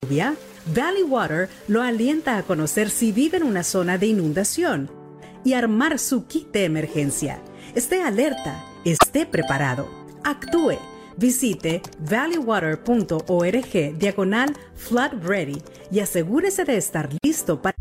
lluvia, Valley Water lo alienta a conocer si vive en una zona de inundación y armar su kit de emergencia. Esté alerta, esté preparado, actúe. Visite valleywater.org diagonal flood ready y asegúrese de estar listo para...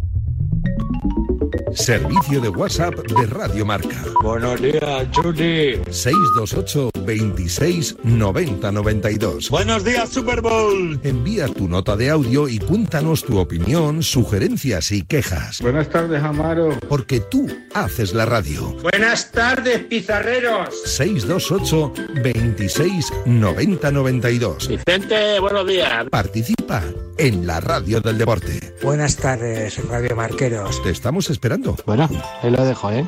Servicio de WhatsApp de Radio Marca. Buenos días, Chuli. 628 26 90 92. Buenos días, Super Bowl. Envía tu nota de audio y cuéntanos tu opinión, sugerencias y quejas. Buenas tardes, Amaro. Porque tú haces la radio. Buenas tardes, pizarreros. 628 26 90 92. Vicente, buenos días. Participa en la radio del deporte. Buenas tardes, Radio Marqueros. Te estamos esperando. Bueno, ahí lo dejo, ¿eh?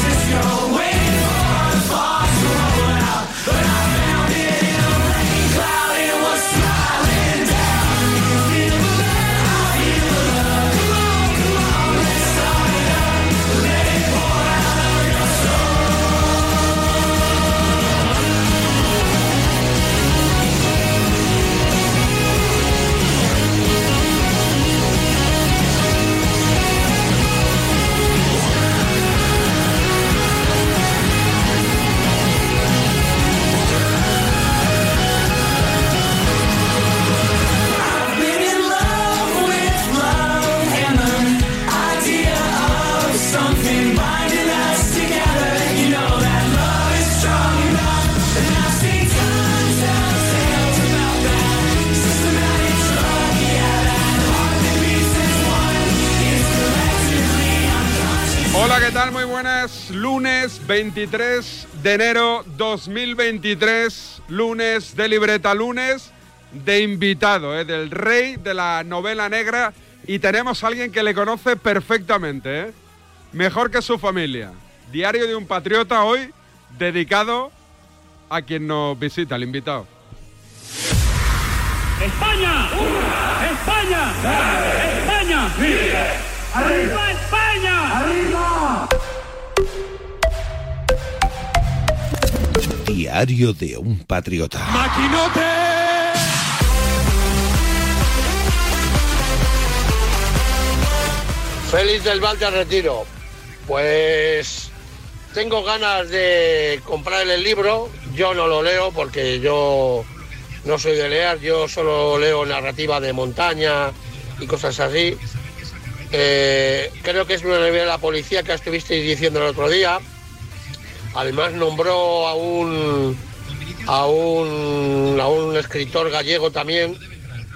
Hola, ¿qué tal? Muy buenas. Lunes 23 de enero 2023, lunes de libreta, lunes de invitado, ¿eh? del rey de la novela negra. Y tenemos a alguien que le conoce perfectamente, ¿eh? mejor que su familia. Diario de un patriota hoy dedicado a quien nos visita, el invitado. España, España, España, arriba España, arriba. Diario de un patriota. ¡Maquinote! Feliz del Val de Retiro. Pues tengo ganas de comprar el libro. Yo no lo leo porque yo no soy de leer. Yo solo leo narrativa de montaña y cosas así. Eh, creo que es una novela de la policía que estuvisteis diciendo el otro día. Además nombró a un, a un, a un escritor gallego también.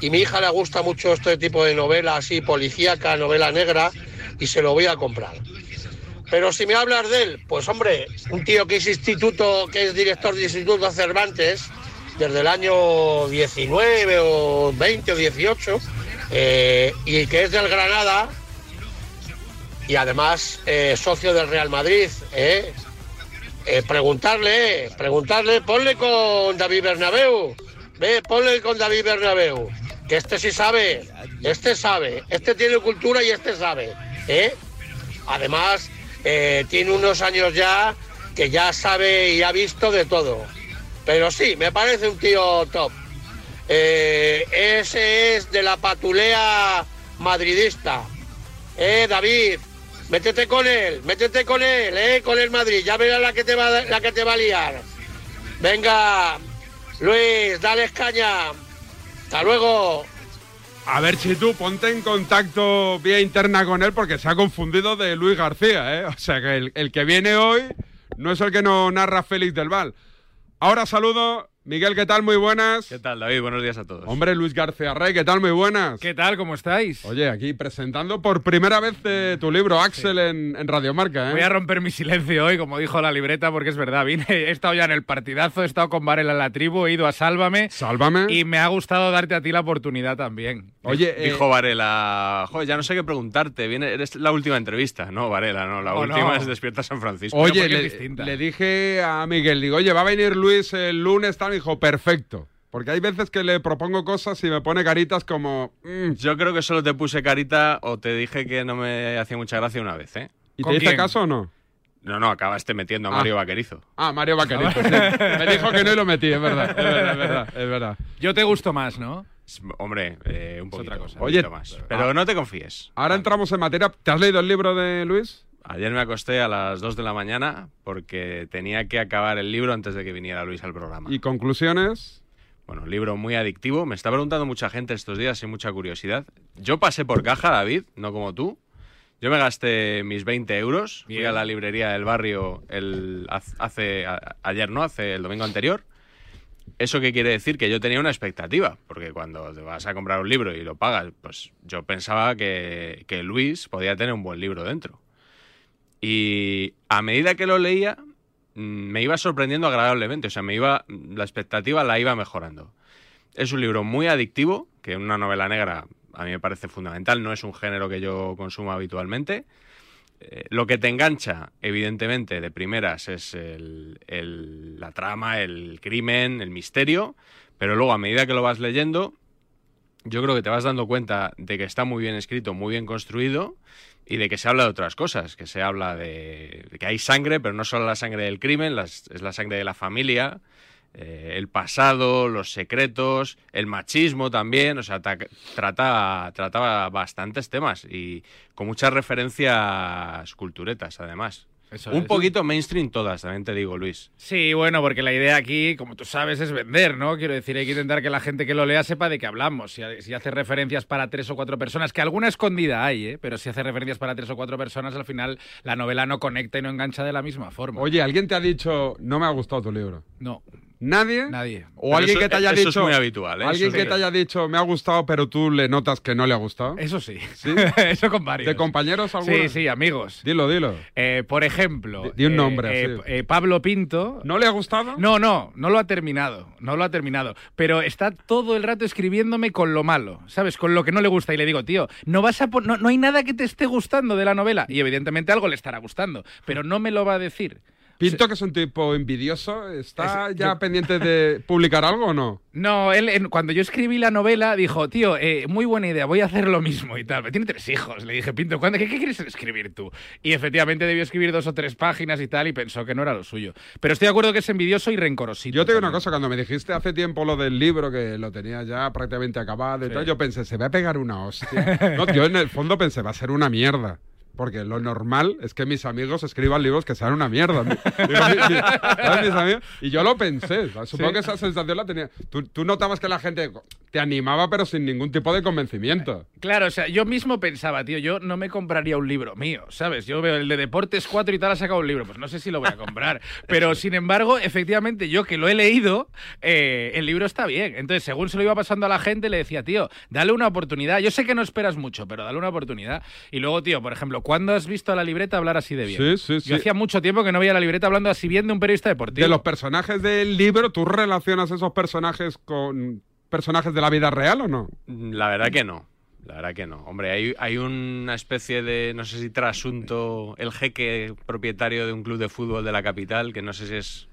Y a mi hija le gusta mucho este tipo de novela así, policíaca, novela negra, y se lo voy a comprar. Pero si me hablas de él, pues hombre, un tío que es instituto, que es director de Instituto Cervantes, desde el año 19 o 20 o 18, eh, y que es del Granada, y además eh, socio del Real Madrid. ¿eh? Eh, preguntarle, preguntarle, ponle con David Bernabeu. Ve, ponle con David Bernabeu. Que este sí sabe, este sabe, este tiene cultura y este sabe. ¿eh? Además, eh, tiene unos años ya que ya sabe y ha visto de todo. Pero sí, me parece un tío top. Eh, ese es de la patulea madridista. Eh, David, métete con él, métete con él, eh, con el Madrid. Ya verás la que te va, la que te va a liar. Venga, Luis, dale caña. Hasta luego. A ver, Chitu, ponte en contacto vía interna con él porque se ha confundido de Luis García, ¿eh? O sea, que el, el que viene hoy no es el que nos narra Félix del Val. Ahora saludo Miguel, ¿qué tal? Muy buenas. ¿Qué tal, David? Buenos días a todos. Hombre, Luis García Rey, ¿qué tal? Muy buenas. ¿Qué tal? ¿Cómo estáis? Oye, aquí presentando por primera vez eh, tu libro, Axel, en, en Radiomarca. ¿eh? Voy a romper mi silencio hoy, como dijo la libreta, porque es verdad. Vine, he estado ya en el partidazo, he estado con Varela en la tribu, he ido a Sálvame. Sálvame. Y me ha gustado darte a ti la oportunidad también. Oye, eh, dijo Varela, joder, ya no sé qué preguntarte. Viene, eres la última entrevista, ¿no, Varela? No, la Oh, última no. es Despierta San Francisco. Oye, es le, distinta. le dije a Miguel, digo, oye, va a venir Luis el lunes, tal, me dijo, perfecto. Porque hay veces que le propongo cosas y me pone caritas como... "Mm, Yo creo que solo te puse carita o te dije que no me hacía mucha gracia una vez, ¿eh? ¿Y te hice caso o no? No, no, acabaste metiendo a Ah. Mario Vaquerizo. Ah, Mario Vaquerito. sí. Me dijo que no y lo metí, es verdad, es verdad, es verdad. Es verdad. Yo te gusto más, ¿no? Es- Hombre, eh, un poquito, un Oye, poquito más. Pero Ah. no te confíes. Ahora entramos en materia. ¿Te has leído el libro de Luis? Ayer me acosté a las 2 de la mañana porque tenía que acabar el libro antes de que viniera Luis al programa. ¿Y conclusiones? Bueno, libro muy adictivo. Me está preguntando mucha gente estos días y mucha curiosidad. Yo pasé por caja, David, no como tú. Yo me gasté mis 20 euros. Fui a la librería del barrio el, haz- hace, a- ayer, ¿no? Hace el domingo anterior. ¿Eso qué quiere decir? Que yo tenía una expectativa, porque cuando te vas a comprar un libro y lo pagas, pues yo pensaba que, que Luis podía tener un buen libro dentro. Y a medida que lo leía, mm, me iba sorprendiendo agradablemente, o sea, me iba, la expectativa la iba mejorando. Es un libro muy adictivo, que una novela negra a mí me parece fundamental, no es un género que yo consuma habitualmente. Eh, lo que te engancha, evidentemente, de primeras es el- el- la trama, el crimen, el misterio, pero luego a medida que lo vas leyendo, yo creo que te vas dando cuenta de que está muy bien escrito, muy bien construido y de que se habla de otras cosas, que se habla de, de que hay sangre, pero no solo la sangre del crimen, las- es la sangre de la familia, eh, el pasado, los secretos, el machismo también, o sea, ta- trata, trataba bastantes temas y con muchas referencias culturetas además. Eso Un es. poquito mainstream todas, también te digo, Luis. Sí, bueno, porque la idea aquí, como tú sabes, es vender, ¿no? Quiero decir, hay que intentar que la gente que lo lea sepa de qué hablamos. Si, si hace referencias para tres o cuatro personas, que alguna escondida hay, ¿eh? Pero si hace referencias para tres o cuatro personas, al final la novela no conecta y no engancha de la misma forma. Oye, ¿alguien te ha dicho, no me ha gustado tu libro? No, ¿Nadie? nadie. O Pero alguien eso- que te haya eso es dicho. muy habitual, ¿eh? Alguien Eso que sí. te haya dicho, me ha gustado, pero tú le notas que no le ha gustado. Eso sí. ¿Sí? Eso con varios. ¿De compañeros alguno? Sí, sí, amigos. Dilo, dilo. Eh, por ejemplo, Di- di un eh, nombre, eh, sí. eh, Pablo Pinto. ¿No le ha gustado? No, no, no lo ha terminado, no lo ha terminado, pero está todo el rato escribiéndome con lo malo, ¿sabes? Con lo que no le gusta y le digo, tío, no vas a pon- no, no hay nada que te esté gustando de la novela y evidentemente algo le estará gustando, pero no me lo va a decir. Pinto, que es un tipo envidioso, ¿está Es- ya yo- pendiente de publicar algo o no? No, él en- cuando yo escribí la novela dijo, tío, eh, muy buena idea, voy a hacer lo mismo y tal. Pero tiene tres hijos. Le dije, Pinto, ¿cuándo, qué, qué quieres escribir tú? Y efectivamente debió escribir dos o tres páginas y tal y pensó que no era lo suyo. Pero estoy de acuerdo que es envidioso y rencorosito. Yo te digo una también. cosa, cuando me dijiste hace tiempo lo del libro, que lo tenía ya prácticamente acabado y tal, yo pensé, se va a pegar una hostia. No, yo en el fondo pensé, va a ser una mierda. Porque lo normal es que mis amigos escriban libros que sean una mierda. Mi- digo, mi- mi- ¿sabes, mis amigos? Y yo lo pensé. ¿sabes? Supongo Sí. que esa sensación la tenía. Tú, tú notabas que la gente te animaba, pero sin ningún tipo de convencimiento. Claro, o sea, yo mismo pensaba, tío, yo no me compraría un libro mío, ¿sabes? Yo veo el de Deportes 4 y tal, ha sacado un libro, pues no sé si lo voy a comprar. Pero, sin embargo, efectivamente, yo que lo he leído, eh, el libro está bien. Entonces, según se lo iba pasando a la gente, le decía, tío, dale una oportunidad. Yo sé que no esperas mucho, pero dale una oportunidad. Y luego, tío, por ejemplo, ¿cuándo has visto a la libreta hablar así de bien? Sí, sí, sí. Yo hacía mucho tiempo que no veía a la libreta hablando así bien de un periodista deportivo. De los personajes del libro, ¿tú relacionas esos personajes con personajes de la vida real o no? La verdad que no. La verdad que no. Hombre, hay, hay una especie de, no sé si trasunto, el jeque propietario de un club de fútbol de la capital, que no sé si es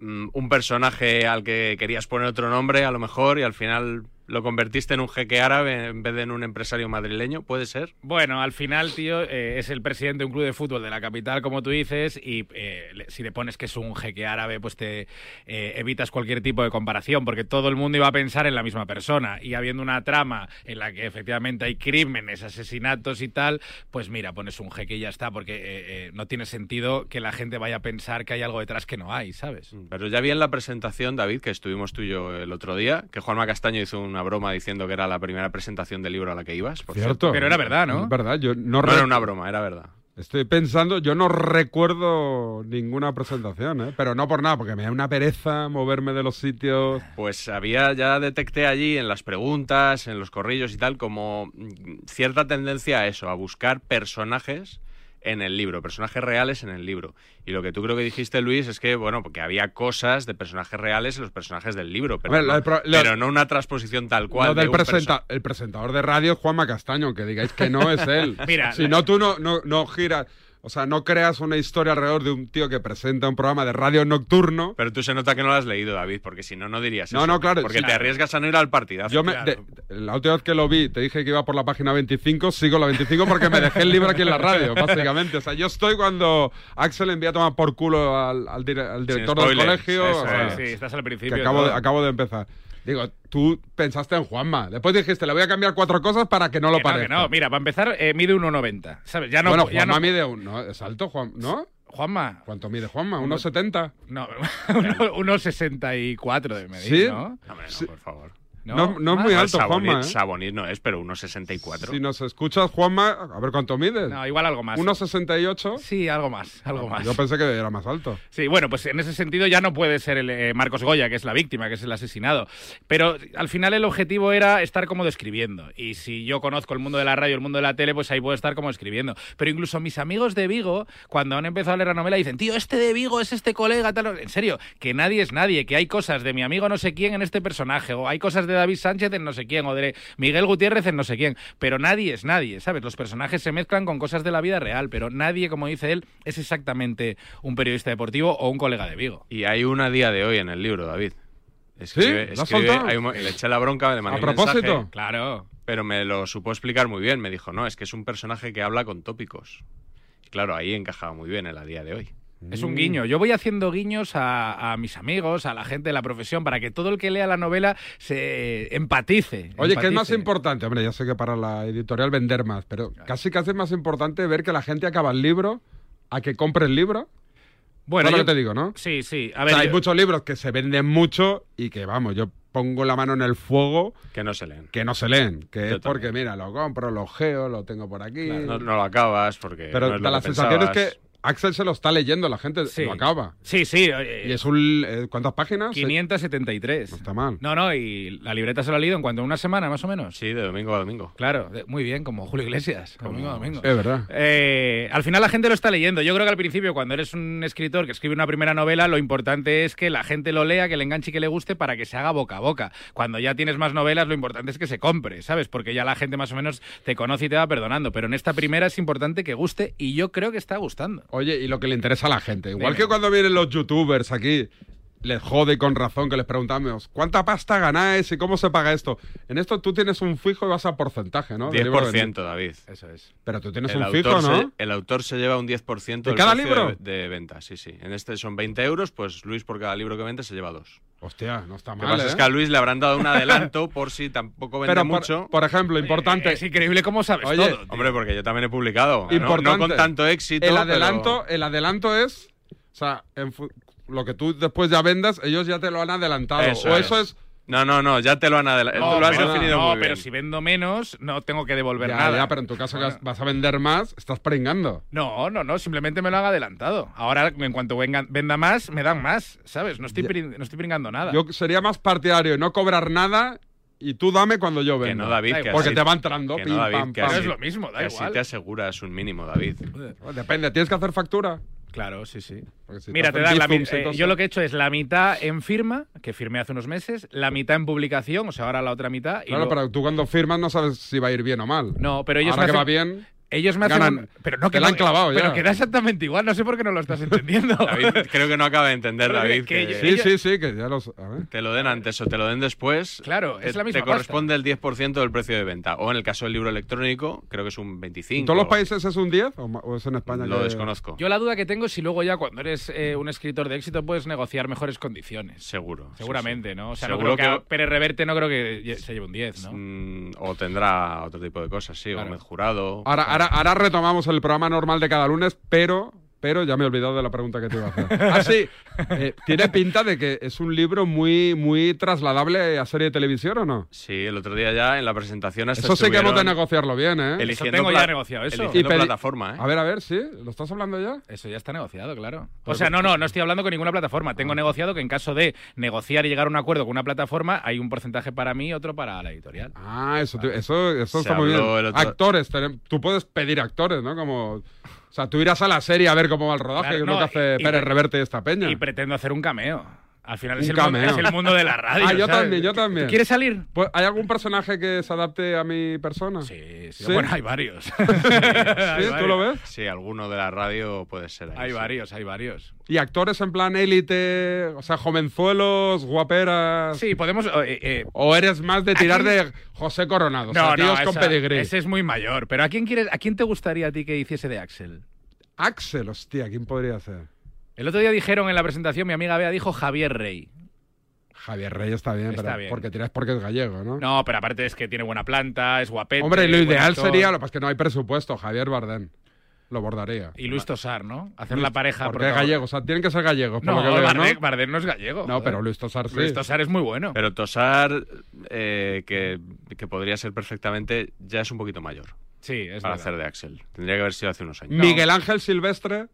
mm, un personaje al que querías poner otro nombre, a lo mejor, y al final lo convertiste en un jeque árabe en vez de en un empresario madrileño, ¿puede ser? Bueno, al final, tío, eh, es el presidente de un club de fútbol de la capital, como tú dices, y eh, le- si le pones que es un jeque árabe, pues te eh, evitas cualquier tipo de comparación, porque todo el mundo iba a pensar en la misma persona. Y habiendo una trama en la que efectivamente hay crímenes, asesinatos y tal, pues mira, pones un jeque y ya está, porque eh, eh, no tiene sentido que la gente vaya a pensar que hay algo detrás que no hay, ¿sabes? Pero ya vi en la presentación, David, que estuvimos tú y yo el otro día, que Juanma Castaño hizo una broma diciendo que era la primera presentación del libro a la que ibas. por Cierto. Pero era verdad, ¿no? Es verdad, yo no, No re- era una broma, era verdad. Estoy pensando, yo no recuerdo ninguna presentación, ¿eh? pero no por nada, porque me da una pereza moverme de los sitios. Pues había, ya detecté allí en las preguntas, en los corrillos y tal, como mm, cierta tendencia a eso, a buscar personajes en el libro, personajes reales en el libro. Y lo que tú creo que dijiste, Luis, es que, bueno, porque había cosas de personajes reales en los personajes del libro, pero, A ver, no, lo del pro- lo- pero no una transposición tal cual. Lo de del un perso- presenta- el presentador de radio es Juanma Castaño, que digáis que no es él. Mira, si la- no, tú no, no, no giras, o sea, no creas una historia alrededor de un tío que presenta un programa de radio nocturno Pero tú se nota que no lo has leído, David, porque si no, no dirías No, eso. no, claro, Porque sí. te arriesgas a no ir al partidazo. Yo me- Claro. de- la última vez que lo vi, te dije que iba por la página 25, sigo la 25 porque me dejé el libro aquí en la radio, básicamente. O sea, yo estoy cuando Axel envía a tomar por culo al, al dire- al director spoilers, del colegio. eso o sea, es, sí, estás al principio, Que acabo, de, ¿no? acabo de empezar. Digo, tú pensaste en Juanma. Después dijiste, le voy a cambiar cuatro cosas para que no lo Que no, parezca. que no. Mira, para empezar, eh, mide 1,90. ¿Sabes? Ya no, bueno, ya Juanma no- mide un... No, es alto, Juan, ¿no? Juanma. ¿Cuánto mide Juanma? ¿Unos 70? No, uno- 1,64 de medir, ¿Sí? ¿no? Sí. Por favor. No, no, es muy Bueno, alto, Sabonis, Juanma. ¿eh? Sabonis no es, pero 1,64. Si nos escuchas, Juanma, a ver cuánto mides. No, igual algo más. 1,68. Sí, algo más, algo más. Yo pensé que era más alto. Sí, bueno, pues en ese sentido ya no puede ser el eh, Marcos Goya, que es la víctima, que es el asesinado. Pero al final el objetivo era estar como describiendo. Y si yo conozco el mundo de la radio, el mundo de la tele, pues ahí puedo estar como escribiendo. Pero incluso mis amigos de Vigo, cuando han empezado a leer la novela, dicen, tío, este de Vigo es este colega, tal. En serio, que nadie es nadie, que hay cosas de mi amigo no sé quién en este personaje, o hay cosas de David Sánchez en no sé quién, o de Miguel Gutiérrez en no sé quién. Pero nadie es nadie, ¿sabes? Los personajes se mezclan con cosas de la vida real, pero nadie, como dice él, es exactamente un periodista deportivo o un colega de Vigo. Y hay una día de hoy en el libro, David. Escribe, ¿Lo has escribe- soltado? hay un- le eché la bronca, le mandé ¿A un propósito? mensaje, claro. Pero me lo supo explicar muy bien. Me dijo, no, es que es un personaje que habla con tópicos. Y claro, ahí encajaba muy bien el a día de hoy. Es Mm. un guiño. Yo voy haciendo guiños a, a mis amigos, a la gente de la profesión, para que todo el que lea la novela se eh, empatice. Oye, ¿qué es más empatice. importante? Hombre, ya sé que para la editorial vender más, pero Ah. casi casi es más importante ver que la gente acaba el libro a que compre el libro. Bueno, ¿Sabes yo- lo que te digo, ¿no? Sí, sí. A O ver, sea, hay yo- muchos libros que se venden mucho y que, vamos, yo pongo la mano en el fuego Que no se leen. que no se leen, que Yo es porque, mira, lo compro, lo geo, lo tengo por aquí. Claro, no, no lo Mm. acabas porque. pero no es lo da la que sensación es pensabas. que Axel se lo está leyendo, la gente Sí. lo acaba. Sí, sí. Y es un... eh, ¿Cuántas páginas? 573. No está mal. No, no, y la libreta se la ha leído en cuanto a una semana, más o menos. Sí, de domingo a domingo. Claro, de- muy bien, como Julio Iglesias. de domingo a domingo. Es verdad. Eh, al final la gente lo está leyendo. Yo creo que al principio, cuando eres un escritor que escribe una primera novela, lo importante es que la gente lo lea, que le enganche y que le guste para que se haga boca a boca. Cuando ya tienes más novelas, lo importante es que se compre, ¿sabes? Porque ya la gente más o menos te conoce y te va perdonando. Pero en esta primera es importante que guste y yo creo que está gustando. Oye, y lo que le interesa a la gente. Igual Dime. que cuando vienen los youtubers aquí, les jode y con razón que les preguntamos ¿cuánta pasta ganáis y cómo se paga esto? En esto tú tienes un fijo y vas a porcentaje, ¿no? Del libro 10%, vendido. David. Eso es. Pero tú tienes El un fijo, autor se- ¿no? el autor se lleva un 10% ¿De del cada precio libro? De, de venta, sí, sí. En este son 20 euros, pues Luis por cada libro que vende se lleva dos. Hostia, no está Lo mal. que pasa ¿eh? es que a Luis le habrán dado un adelanto por si tampoco vende Pero por, mucho. por ejemplo, importante. Es increíble cómo sabes Oye, todo. Hombre, porque yo también he publicado. ¿no? No, importante. con tanto éxito. El pero- adelanto, el adelanto es. O sea, en fu- lo que tú después ya vendas, ellos ya te lo han adelantado. o eso es. No, no, no, ya te lo han adelantado. No, lo has pero, definido no, muy pero bien. si vendo menos, no tengo que devolver Ya, nada. ya, pero en tu caso que vas- vas a vender más, estás pringando. No, no, no, simplemente me lo han adelantado. Ahora, en cuanto venga- venda más, me dan más, ¿sabes? No estoy, prin- no estoy pringando nada. Yo sería más partidario, no cobrar nada y tú dame cuando yo venga. Que no, David, que Porque así- te va entrando, que pim, no, David, pam, que pam. así- Es lo mismo, da que así igual. te aseguras un mínimo, David. Depende, ¿tienes que hacer factura? Claro, sí, sí. Porque si Mira, te hacen dan la mi- bizums y eh, cosas. Yo lo que he hecho es la mitad en firma, que firmé hace unos meses, la mitad en publicación, o sea, ahora la otra mitad. Y Claro, luego- pero tú cuando firmas no sabes si va a ir bien o mal. No, pero ellos Ahora me que va hacen- bien, Ellos me hacen. ganan. un- Pero no Te la queda- han clavado ya. Pero queda exactamente igual, no sé por qué no lo estás entendiendo. David, creo que no acaba de entender, Pero que- David. que que- ellos- Sí, sí, sí, que ya los... a ver. Te lo den antes o te lo den después. eh, Claro, es te- la misma Te corresponde el 10% del precio de venta. O en el caso del libro electrónico, creo que es un 25%. ¿En todos los países es un 10 o ma- o es en España? Lo que- desconozco. Yo la duda que tengo es si luego ya cuando eres eh, un escritor de éxito puedes negociar mejores condiciones. Seguro. sí, Seguramente, sí. ¿no? O sea, Seguro no creo que, a Pérez Reverte no creo que lle- se lleve un 10, ¿no? Mm, o tendrá otro tipo de cosas, sí. O Med Jurado. Ahora, ahora, ahora retomamos el programa normal de cada lunes, pero pero ya me he olvidado de la pregunta que te iba a hacer. Así, tiene pinta de que es un libro muy, muy trasladable a serie de televisión o no? Sí, el otro día ya en la presentación hasta Eso sí que hemos de estuvieron negociarlo bien, ¿eh? eligiendo pla- eligiendo peli- plataforma, ¿eh? A ver, a ver, sí. ¿Lo estás hablando ya? Eso ya está negociado, claro. O sea, no, no, no estoy hablando con ninguna plataforma. Tengo negociado que en caso de negociar y llegar a un acuerdo con una plataforma, hay un porcentaje para mí y otro para la editorial. Ah, eso, te- eso, eso Se está muy bien. habló el otro- Actores, tenem- tú puedes pedir actores, ¿no? Como, o sea, tú irás a la serie a ver cómo va el rodaje, Claro, que es no, lo que hace y- y- Pérez Reverte y esta peña. Y pretendo hacer un cameo. Al final es Un el, mundo, cameo. es el mundo de la radio. Ah, yo ¿sabes? también, yo también. ¿Quieres salir? Pues, ¿Hay algún personaje que se adapte a mi persona? Sí, Bueno, hay varios. Hay ¿Tú lo varios. ves? Sí, alguno de la radio puede ser. ahí, Hay sí. varios, hay varios. Y actores en plan élite, o sea, jovenzuelos, guaperas. Sí, podemos. O, eh, eh, O eres más de tirar aquí- de José Coronado, o sea, tíos con esa- pedigrí. ese es muy mayor. Pero ¿a quién, quieres, ¿a quién te gustaría a ti que hiciese de Axel? Axel, hostia, ¿quién podría ser? El otro día dijeron en la presentación, mi amiga Bea dijo Javier Rey. Javier Rey está bien, Está pero bien. porque tiras porque es gallego, ¿no? No, eh, pero aparte es que tiene buena planta, es guapete. Hombre, lo buen ideal actor. sería, lo que pasa es que no hay presupuesto, Javier Bardem. Lo bordaría. Y Luis Tosar, ¿no? Hacer la pareja. Porque es protagon- gallego, o sea, tienen que ser gallegos. por No, lo que veo, Bardem, ¿no? Bardem no es gallego. No, pero Luis Tosar sí. Luis Tosar es muy bueno. Ah, Pero Tosar, eh, que, que podría ser perfectamente, ya es un poquito mayor Sí, es para verdad. hacer de Axel. Tendría que haber sido hace unos años. Miguel Ángel Silvestre.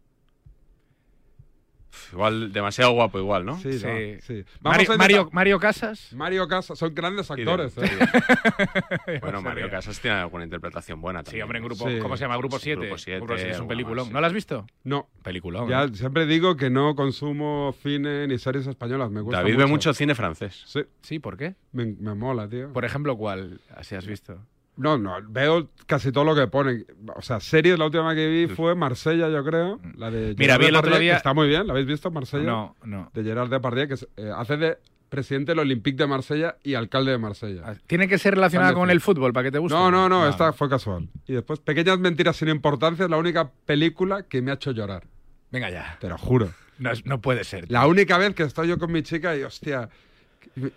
Igual, demasiado guapo, igual, ¿no? Sí, Sí. no, sí. Vamos Mario, a intentar- Mario, Mario Casas. Mario Casas, son grandes Y de- actores. sí. ¿eh? bueno, Mario Casas tiene alguna interpretación buena Sí, también. hombre, en grupo. Sí. ¿Cómo se llama? Grupo Sí, 7. Grupo 7, es un alguna peliculón. más, sí. ¿No lo has visto? No, Peliculón. ya ¿eh? siempre digo que no consumo cine ni series españolas. Me gusta David mucho. ve mucho cine francés. Sí, Sí, ¿por qué? me, me mola, tío. Por ejemplo, ¿cuál? Así has visto. No, no, veo casi todo lo que ponen. O sea, series, la última que vi fue Marsella, yo creo. La de Mm. Mira, Gerard vi el otro Depardieu, que día- Está muy bien, ¿la habéis visto, Marsella? No, no. de Gerard Depardieu, que es, eh, hace de presidente del Olympique de Marsella y alcalde de Marsella. Ah, ¿Tiene que ser relacionada Sale con cine. el fútbol para que te guste? Ah, No, no, no, esta fue casual. Y después, Pequeñas Mentiras sin Importancia es la única película que me ha hecho llorar. Venga ya. pues, Te lo juro. No, es- no puede ser. La única vez que estoy yo con mi chica y, hostia,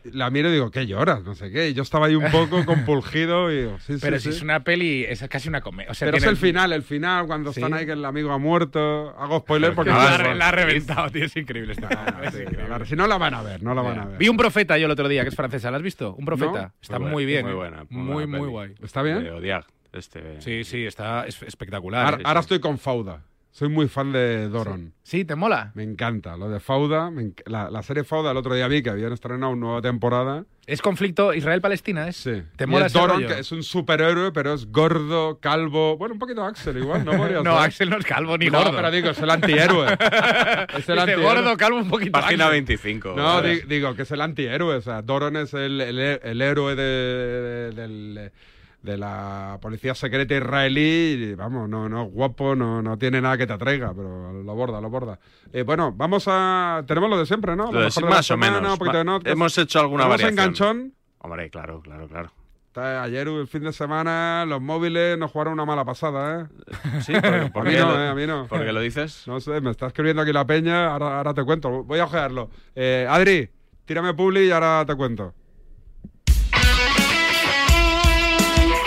la miro y digo, ¿qué lloras? No sé qué. Y yo estaba ahí un poco compulgido y digo, sí, sí, Pero sí. si es una peli, es casi una comedia. O sea, Pero es tiene- el final, el final, cuando ¿Sí? están ahí que el amigo ha muerto. Hago spoiler porque... La, no, ha- la ha reventado, tío. Es increíble esta película, es increíble. la- si no la van a ver, no la van a ver. Vi un profeta yo el otro día, que es francesa. ¿La has visto? Un profeta. No. Está Muy muy, buena, bien. muy ¿eh? buena, muy Muy, buena muy peli. guay. ¿Está bien? De Odiag, este. Sí, sí, está es- espectacular. Ahora, ¿eh? ahora estoy con Fauda. Soy muy fan de Doron. Sí, ¿te mola? Me encanta. Lo de Fauda, me enc- la, la serie Fauda, el otro día vi que habían estrenado una nueva temporada. ¿Es conflicto Israel-Palestina? ¿es? Sí. ¿Te Y mola es ese Doron, rollo? que es un superhéroe, pero es gordo, calvo. Bueno, un poquito Axel igual, ¿no? Podría No, ser. Axel no es calvo ni No, gordo. pero digo, es el antihéroe. es el Dice, antihéroe. gordo, calvo, un poquito. Página Axel. 25. No, di- digo que es el antihéroe. O sea, Doron es el, el- el héroe de, del- de la policía secreta israelí. y, vamos, no, no es guapo, no, no tiene nada que te atraiga, pero lo borda, lo borda. Eh, bueno, vamos a. Tenemos lo de siempre, Lo ¿no? Lo de- mejor de la más o semana, menos. un poquito de Ma- notas. Hemos hecho alguna Tenemos variación. enganchón. Hombre, claro, claro, claro. Está Ayer el fin de semana, los móviles nos jugaron una mala pasada, ¿eh? Sí, porque, A ¿por mí qué no, lo- ¿eh? A mí no. ¿por qué lo dices? No sé, me está escribiendo aquí la peña, ahora, ahora te cuento. Voy a ojearlo. Eh, Adri, tírame publi y ahora te cuento.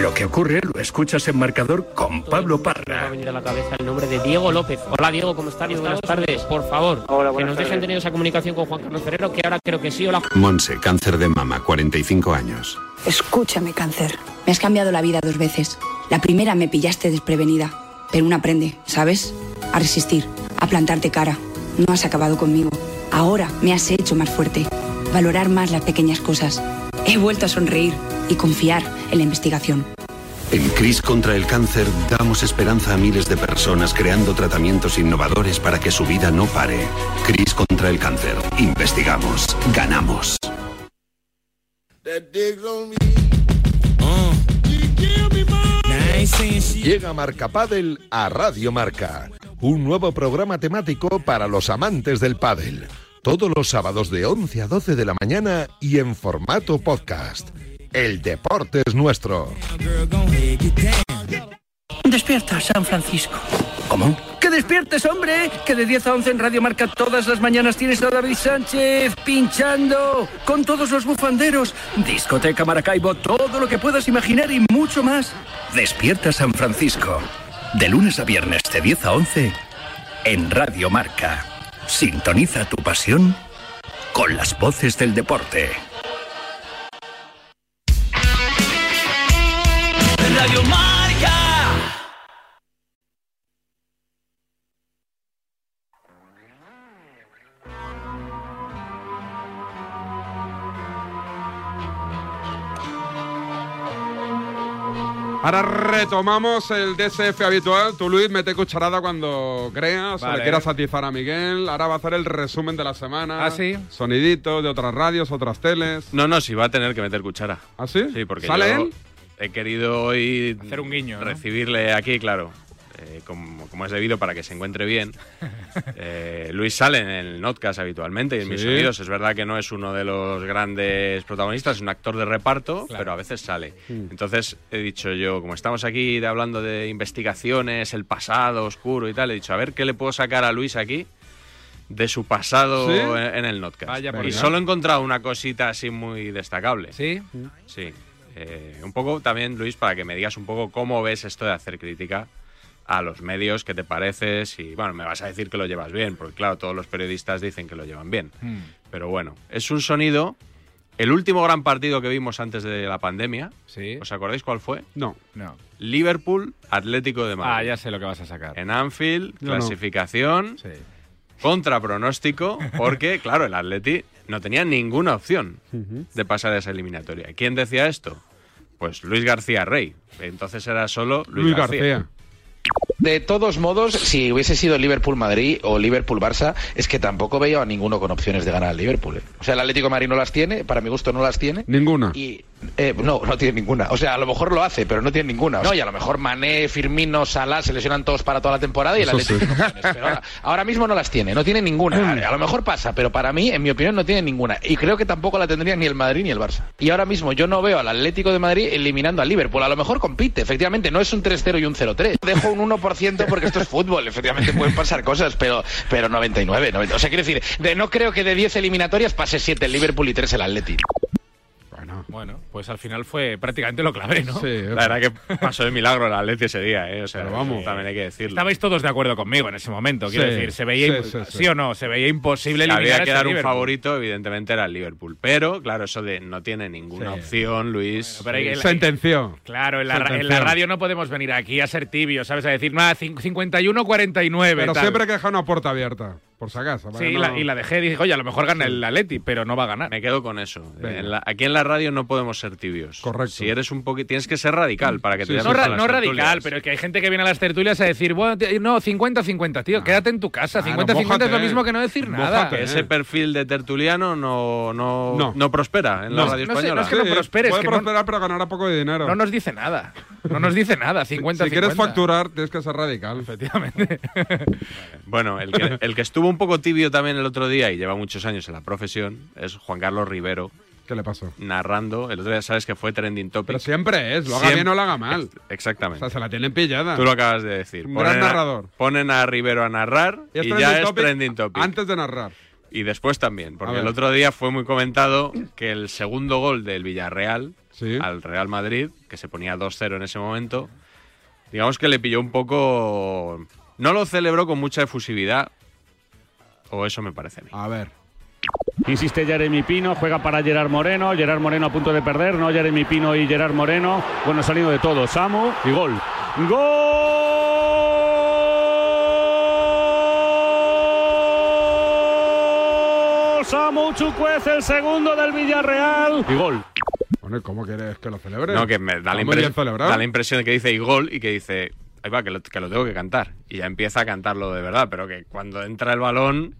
Lo que ocurre lo escuchas en marcador con Pablo Parra. venido a la cabeza el nombre de Diego López. Hola Diego, ¿cómo estás? Buenas tardes, por favor. que nos dejen tener esa comunicación con Juan Carlos Ferrero, que ahora creo que sí. Hola. Monse, cáncer de mama, 45 años. Escúchame, cáncer. Me has cambiado la vida dos veces. La primera me pillaste desprevenida, pero una aprende, ¿sabes? A resistir, a plantarte cara. No has acabado conmigo. Ahora me has hecho más fuerte. Valorar más las pequeñas cosas. He vuelto a sonreír y confiar en la investigación. En Cris contra el cáncer damos esperanza a miles de personas creando tratamientos innovadores para que su vida no pare. Cris contra el cáncer. Investigamos. Ganamos. Llega Marca Padel a Radio Marca, un nuevo programa temático para los amantes del pádel. Todos los sábados de 11 a 12 de la mañana y en formato podcast. El deporte es nuestro. Despierta, San Francisco. ¿Cómo? ¿Qué despiertes, hombre, que de 10 a 11 en Radio Marca todas las mañanas tienes a David Sánchez pinchando con todos los bufanderos, discoteca Maracaibo, todo lo que puedas imaginar y mucho más. Despierta San Francisco. De lunes a viernes de 10 a 11 en Radio Marca. Sintoniza tu pasión con las voces del deporte. Radio Marca. Ahora retomamos el DCF habitual. Tú, Luis, mete cucharada cuando creas o Vale. le quieras satisfacer a Miguel. Ahora va a hacer el resumen de la semana. ¿Ah, sí? Sonidito de otras radios, otras teles. No, no, sí va a tener que meter cuchara. ¿Ah, sí? Sí, porque ¿Sale yo él? he querido hoy Hacer un guiño, ¿no? recibirle aquí, claro, eh, como, como es debido para que se encuentre bien. Eh, Luis sale en el Notcast habitualmente y en mis Sí. sonidos. Es verdad que no es uno de los grandes protagonistas, es un actor de reparto, pero a veces sale. Entonces he dicho yo, como estamos aquí de- hablando de investigaciones, el pasado oscuro y tal, he dicho, a ver qué le puedo sacar a Luis aquí de su pasado ¿Sí? eh. en, en el Notcast. Vaya por y Dios. solo he encontrado una cosita así muy destacable. ¿Sí? Sí. Eh, un poco también, Luis, para que me digas un poco cómo ves esto de hacer crítica a los medios, qué te parece, si, bueno, me vas a decir que lo llevas bien, porque claro, todos los periodistas dicen que lo llevan bien. Hmm. Pero bueno, es un sonido. El último gran partido que vimos antes de la pandemia, ¿os acordáis cuál fue? No. No. Liverpool, Atlético de Madrid. Ah, ya sé lo que vas a sacar. En Anfield, Yo no. clasificación, contra pronóstico, porque, claro, el Atleti no tenía ninguna opción de pasar a esa eliminatoria. ¿Quién decía esto? Pues Luis García Rey. Entonces era solo Luis, Luis García. García. De todos modos, si hubiese sido Liverpool-Madrid o Liverpool-Barça, es que tampoco veía a ninguno con opciones de ganar al Liverpool. ¿eh? O sea, el Atlético de Madrid no las tiene, para mi gusto no las tiene. Ninguna. Y eh, no, no tiene ninguna. O sea, a lo mejor lo hace, pero no tiene ninguna. No, y a lo mejor Mané, Firmino, Salah se lesionan todos para toda la temporada y el Eso Atlético sí. no tiene opciones. Pero ahora, ahora mismo no las tiene, no tiene ninguna. A lo mejor pasa, pero para mí, en mi opinión, no tiene ninguna. Y creo que tampoco la tendría ni el Madrid ni el Barça. Y ahora mismo yo no veo al Atlético de Madrid eliminando al Liverpool. A lo mejor compite, efectivamente, no es un 3-0 y un 0-3. Dejo un 1% porque esto es fútbol, efectivamente pueden pasar cosas, pero, pero 99, 90. O sea, quiero decir, de, no creo que de 10 eliminatorias pase 7 el Liverpool y 3 el Atlético. Bueno, pues al final fue prácticamente lo clavé, ¿no? La verdad que pasó de milagro el Atleti ese día, ¿eh? O sea, vamos. también hay que decirlo. Estabais todos de acuerdo conmigo en ese momento, quiero Sí, decir, se veía sí, sí, sí, sí. o no, se veía imposible Si eliminar había que a ese dar un Liverpool. favorito, evidentemente era el Liverpool. Pero, claro, eso de no tiene ninguna Sí. opción, Luis. pero hay que- Sentenció. Claro, en la, ra- en Sentenció. la radio no podemos venir aquí a ser tibios, ¿sabes? A decir, nada, 51-49. Pero tal. siempre que deja una puerta abierta, por si acaso. para Sí, que y, no- la, y la dejé y dije, oye, a lo mejor gana el Atleti, pero no va a ganar. Me quedo con eso. Venga. En la- aquí en la radio no podemos ser tibios. Correcto. Si eres un poquito. Tienes que ser radical para que te no llamen ra- a las no tertulias. radical, pero es que hay gente que viene a las tertulias a decir, bueno, tío, no, 50-50, tío, quédate en tu casa. 50-50 es lo mójate, eh. mismo que no decir nada. eh. Que Ese perfil de tertuliano no, no, no. prospera en la No. radio No sé, española. no es que no Sí, prospere, es puede que no- prosperar, pero ganará poco de dinero. No nos dice nada. No nos dice nada, 50 si quieres facturar, tienes que ser radical. Efectivamente. Bueno, el que, el que estuvo un poco tibio también el otro día y lleva muchos años en la profesión es Juan Carlos Rivero, ¿Qué le pasó? narrando. El otro día sabes que fue trending topic. Pero siempre es, lo haga Siempre- bien o lo haga mal. O Exactamente. sea, se la tienen pillada. Tú lo acabas de decir. Ah. Un gran Ponen a- narrador. ponen a Rivero a narrar Y y, es ya trending es topic trending topic. Antes de narrar. Y después también, A porque ver. el otro día fue muy comentado que el segundo gol del Villarreal al Real Madrid, que se ponía 2-0 en ese momento, digamos que le pilló un poco... No lo celebró con mucha efusividad, o eso me parece a mí. A ver. Insiste Jeremy Pino, juega para Gerard Moreno, Gerard Moreno a punto de perder, no Jeremy Pino y Gerard Moreno. Bueno, ha salido de todo, Samu y gol. ¡Gol! Samu Chukwuez, el segundo del Villarreal. Y gol. Bueno, ¿y ¿cómo quieres que lo celebre? No, que me da la, Está muy bien impres- celebrado. da la impresión de que dice y gol y que dice, ahí va, que lo, que lo tengo que cantar. Y ya empieza a cantarlo de verdad, pero que cuando entra el balón...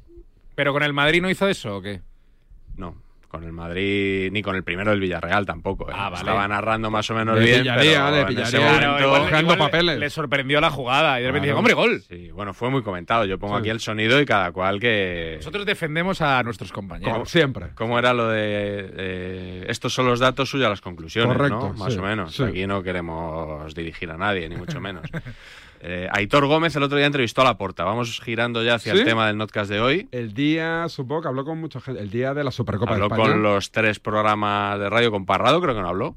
¿Pero con el Madrid no hizo eso o qué? No, con el Madrid ni con el primero del Villarreal tampoco. ¿eh? Estaba narrando más o menos Ah, Le bien. pillaría, pero le en ese pillaría. momento- Claro, igual- Buscando igual papeles. Le sorprendió la jugada y de repente Claro. dijo, hombre, gol. Sí, bueno, fue muy comentado. Yo pongo aquí el sonido y cada cual que. Nosotros defendemos a nuestros compañeros. Como siempre. ¿Cómo era lo de. eh, estos son los datos suyos a las conclusiones, Correcto, ¿no? Más sí, o menos. sí. Aquí no queremos dirigir a nadie, ni mucho menos. Eh, Aitor Gómez el otro día entrevistó a La Porta. Vamos girando ya hacia ¿Sí? el tema del notcast de hoy. El día, supongo que habló con mucha gente, el día de la Supercopa Habló de España. con los tres programas de radio con Parrado, creo que no habló.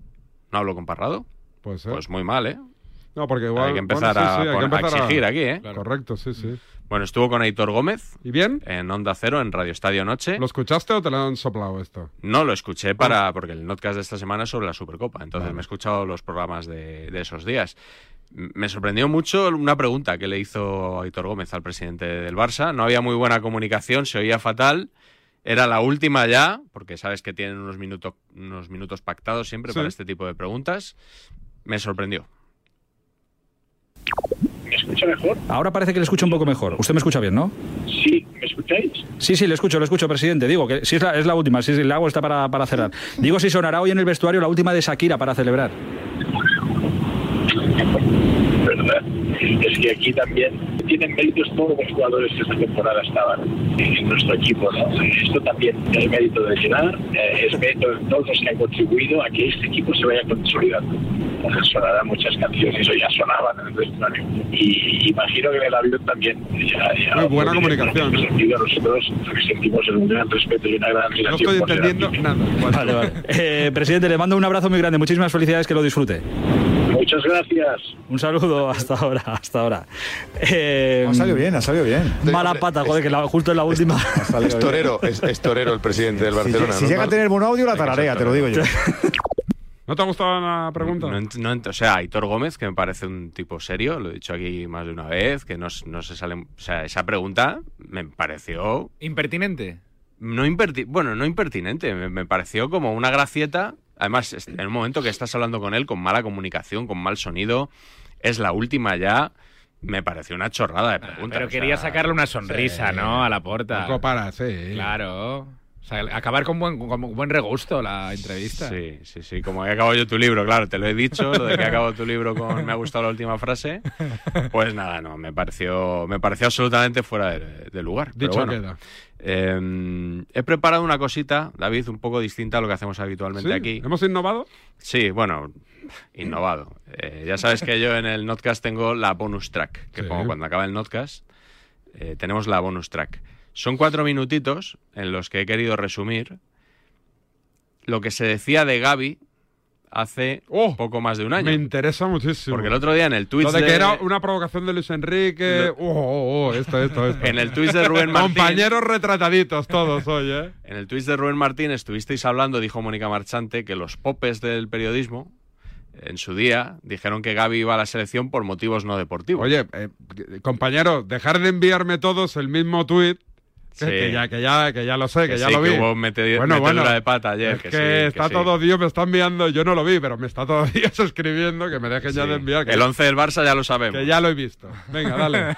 ¿No habló con Parrado? Pues, Pues muy mal, ¿eh? No, porque igual... hay que empezar bueno, sí, a sí, hay que pon- a empezar exigir aquí, ¿eh? Correcto, sí, sí. Bueno, estuvo con Aitor Gómez. ¿Y bien? En Onda Cero, en Radio Estadio Noche. ¿Lo escuchaste o te lo han soplado esto? No lo escuché para porque el podcast de esta semana es sobre la Supercopa. Entonces Ah. Vale. me he escuchado los programas de, de esos días. M- Me sorprendió mucho una pregunta que le hizo Aitor Gómez al presidente del Barça. No había muy buena comunicación, se oía fatal. Era la última ya, porque sabes que tienen unos minutos, unos minutos pactados siempre Sí. para este tipo de preguntas. Me sorprendió. Ahora parece que le escucho un poco mejor. Usted me escucha bien, ¿no? Sí, ¿me escucháis? Sí, sí, le escucho, le escucho, presidente. Digo que si es la, es la última, si, si la hago está para, para cerrar. Digo si sonará hoy en el vestuario la última de Shakira para celebrar. ¿Verdad? Es que aquí también tienen méritos todos los jugadores que esta temporada estaban en nuestro equipo. ¿no? Esto también es mérito de Gerard, eh, es mérito de todos los que han contribuido a que este equipo se vaya consolidando. Entonces sonarán muchas canciones, o ya sonaban en el vestuario. Y imagino que en el avión también. Ya, ya Muy buena Porque en comunicación, ese ¿no? sentido Nosotros sentimos un gran respeto y una gran admiración. No estoy por Gerard. entendiendo nada. Vale, vale. Eh, presidente, le mando un abrazo muy grande. Muchísimas felicidades, que lo disfrute. Muchas gracias. Un saludo, hasta ahora, hasta ahora. Eh, Ha salido bien, ha salido bien. Mala pata, joder, que la- justo en la última. ¿eh? Es torero, es, es torero el presidente del Si, Barcelona. si ¿no? llega a tener buen audio, la tararea, te lo digo yo. ¿No te ha gustado la pregunta? No ent- no ent- o sea, Aitor Gómez, que me parece un tipo serio, lo he dicho aquí más de una vez, que no, s- no se sale. O sea, esa pregunta me pareció. Impertinente. No imperti- bueno, no impertinente, me, me pareció como una gracieta. Además, est- en un momento que estás hablando con él con mala comunicación, con mal sonido, es la última ya. Me pareció una chorrada de pregunta. Pero o sea, quería sacarle una sonrisa, sí. ¿no? A la porta. Poco para, sí. Claro. O sea, acabar con buen, con buen regusto la entrevista. Sí, sí, sí. Como he acabado yo tu libro, claro, te lo he dicho, lo de que he acabado tu libro con me ha gustado la última frase. Pues nada, no, me pareció, me pareció absolutamente fuera de, de lugar. Pero Dicho bueno, queda. eh, he preparado una cosita, David, un poco distinta a lo que hacemos habitualmente ¿Sí? aquí. ¿Hemos innovado? Sí, bueno, innovado. Eh, ya sabes que yo en el Notcast tengo la bonus track, que Sí. pongo cuando acaba el Notcast. eh, tenemos la bonus track. Son cuatro minutitos en los que he querido resumir lo que se decía de Gaby hace poco más de un año. ¡Oh! Me interesa muchísimo. Porque el otro día en el Twitch Lo de que de- era una provocación de Luis Enrique. Lo- Oh, oh, oh, esto, esto, esto. En el tuit de Rubén Martín. Compañeros retrataditos todos hoy, ¿eh? En el tuit de Rubén Martín estuvisteis hablando, dijo Mónica Marchante, que los popes del periodismo en su día dijeron que Gaby iba a la selección por motivos no deportivos. Oye, eh, compañeros, dejar de enviarme todos el mismo tuit. Que, Sí. que ya, que, ya, que ya lo sé, que, Que ya sí, lo que vi. hubo mete- metedura de pata ayer, Es que, que sí, que está sí. todo Dios, me está enviando, yo no lo vi, pero me está todo Dios escribiendo que me dejen ya Sí. de enviar. Que, El 11 del Barça ya lo sabemos. que ya lo he visto. Venga, dale.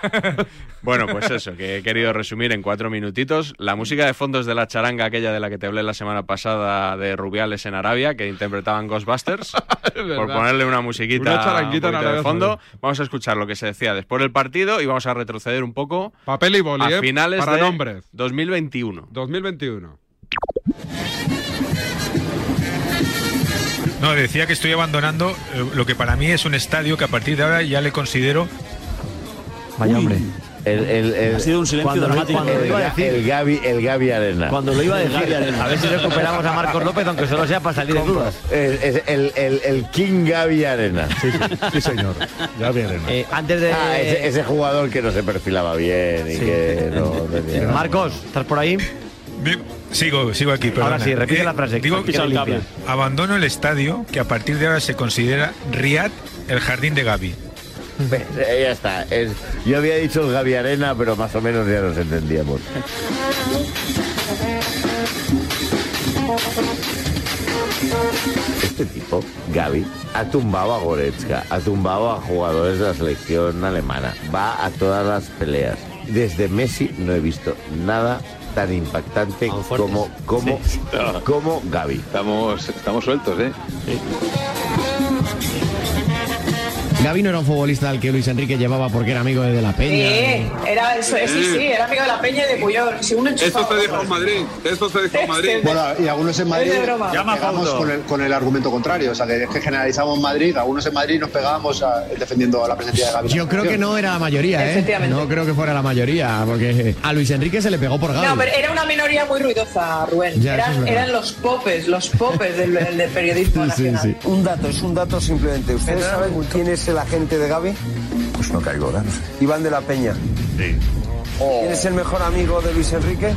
Bueno, pues eso, que he querido resumir en cuatro minutitos. La música de fondos de la charanga, aquella de la que te hablé la semana pasada de Rubiales en Arabia, que interpretaban Ghostbusters, por verdad. ponerle una musiquita Una charanguita un en ¿eh? poquito Arabia de fondo. Vamos a escuchar lo que se decía después del partido y vamos a retroceder un poco Papel y boli, a ¿eh? finales Para de nombres. 2021. 2021. No, decía que estoy abandonando eh, lo que para mí es un estadio que a partir de ahora ya le considero. Vaya hombre. El, el, el- Ha sido un silencio cuando lo- dramático. cuando Cuando lo el, iba a Ga- decir. el Gavi, el Gavi Arena. Cuando lo iba a decir. El Gavi Arena. A ver si recuperamos a Marcos López, aunque solo sea para salir de dudas. Es, es el, el, el King Gavi Arena. Sí, señor. Eh, antes de. Ah, ese, ese jugador que no se perfilaba bien y que no tenía- Marcos, ¿estás por ahí? Sigo, sigo aquí, perdona. Eh, Ahora sí, repite la frase, que Digo has pisado el cable. Abandono el estadio que a partir de ahora se considera Riad el jardín de Gaby. Ve, eh, Ya está. Es- yo había dicho el Gavi Arena, pero más o menos ya nos entendíamos. Este tipo, Gaby, ha tumbado a Goretzka, ha tumbado a jugadores de la selección alemana, va a todas las peleas. Desde Messi no he visto nada tan impactante como, como, como Gaby. Estamos, estamos sueltos, ¿eh? Gaby no era un futbolista al que Luis Enrique llevaba porque era amigo de, De la Peña. Sí, era, eso, sí, sí, era amigo de la Peña y de Puyol. Si uno Esto enchufaba se dijo en Madrid. Esto se dijo en Madrid. Bueno, y algunos en Madrid Es de broma. Llama a pegamos Fausto. con el, con el argumento contrario. O sea, que es que generalizamos Madrid, algunos en Madrid nos pegábamos a- defendiendo la presencia de Gaby. Yo creo que no era la mayoría, ¿eh? Efectivamente. No creo que fuera la mayoría, porque a Luis Enrique se le pegó por Gaby. No, pero era una minoría muy ruidosa, Rubén. Ya, eso eran, es verdad. eran los popes, los popes del, del periodismo nacional. Un dato, es un dato simplemente. ¿Ustedes saben quién es el agente de Gaby? Pues no caigo, ¿verdad? Iván de la Peña. Sí. ¿Quién es el mejor amigo de Luis Enrique?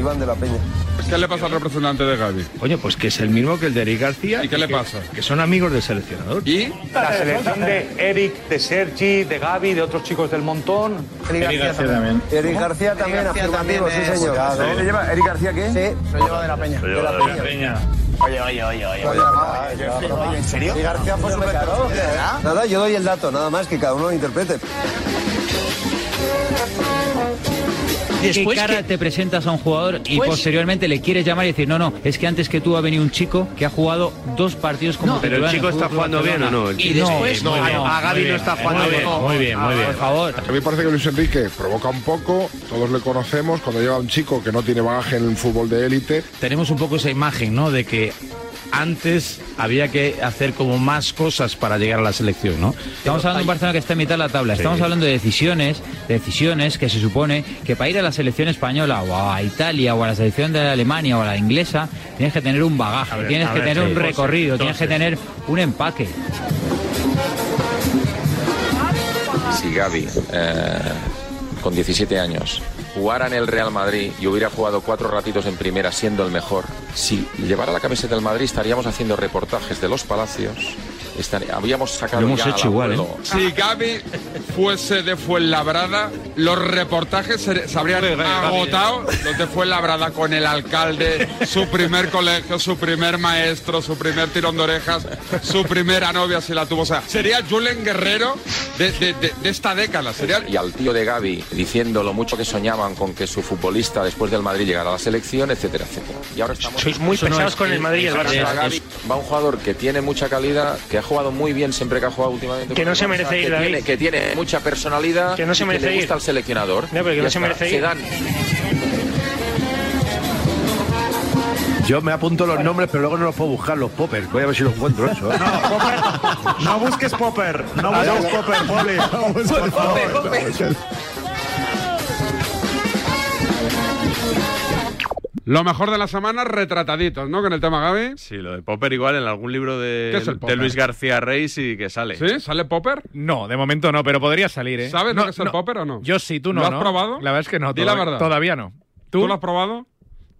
Iván de la Peña. Pues, ¿Qué le pasa al representante de Gaby? Coño, pues que es el mismo que el de Eric García. ¿Y qué le pasa? Que son amigos del seleccionador. ¿Y? La selección de Eric, de Sergi, de Gaby, de otros chicos del montón. Eric García también. Eric García también, afirmativo, sí, señor. ¿Dónde le lleva? ¿Eric García qué? Sí, lo lleva de la Peña. De la Peña. Pues Oye, oye, oye, oye. ¿En serio? Eric García fue su pecador, ¿verdad? Nada, yo doy el dato, nada más que cada uno lo interprete. ¿Qué cara te presentas a un jugador y Después- posteriormente le quieres llamar y decir, no, no, es que antes que tú ha venido un chico que ha jugado dos partidos como No, pero el titular en chico está Fútbol Club jugando bien o Barcelona? no, el Y chico. después, No, no, a Gavi muy no bien, está muy jugando bien, bien. Muy bien, muy bien. favor. A mí me parece que Luis Enrique provoca un poco, todos le conocemos, cuando lleva a un chico que no tiene bagaje en el fútbol de élite. Tenemos un poco esa imagen, ¿no? De que antes había que hacer como más cosas para llegar a la selección, ¿no? Estamos hablando de un Barcelona que está en mitad de la tabla. Estamos hablando de decisiones, de decisiones que se supone que para ir a la selección española o a Italia o a la selección de Alemania o a la inglesa tienes que tener un bagaje, ver, tienes a que ver, tener sí, un entonces, recorrido, tienes que tener un empaque. Si Gaby, eh, con 17 años, jugara en el Real Madrid y hubiera jugado cuatro ratitos en primera siendo el mejor, si llevara la camiseta del Madrid estaríamos haciendo reportajes de los palacios, estar- habríamos sacado Lo hemos ya al hecho igual, ¿eh? abuelo. Si Gaby fuese de Fuenlabrada, los reportajes se, se habrían agotado. Los de Fuenlabrada con el alcalde, su primer colegio, su primer maestro, su primer tirón de orejas, su primera novia si la tuvo. O sea, sería Julen Guerrero de, de- de- de esta década. Sería Y al tío de Gaby diciendo lo mucho que soñaban con que su futbolista después del Madrid llegara a la selección, etcétera, etcétera. Y ahora estamos... Sois muy Eso no pesados es- con el Madrid y el Barça. Ahora Gavi Va un jugador que tiene mucha calidad, que ha jugado muy bien siempre que ha jugado últimamente. Que no se con el Barça, merece ir, que David. tiene, que tiene mucha personalidad. Que no se y merece le ir. gusta al seleccionador. No, pero que Ya no se está. merece ir. Zidane, Yo me apunto los nombres, pero luego no los puedo buscar, los poppers. Voy a ver si los encuentro eso. ¿eh? No busques Popper, no Ah, busques no. Popper, Poli. Por favor. Lo mejor de la semana, retrataditos, ¿no? Con el tema Gaby. Sí, lo de Popper igual en algún libro de, ¿Qué es el de Popper? Luis García Rey sí que sale. ¿Sí? ¿Sale Popper? No, de momento no, pero podría salir, ¿eh? ¿Sabes No, lo que es el no. Popper o no? Yo sí, tú no. ¿Lo has ¿no? probado? La verdad es que no. Di la todavía- verdad. Todavía no. ¿Tú lo has probado?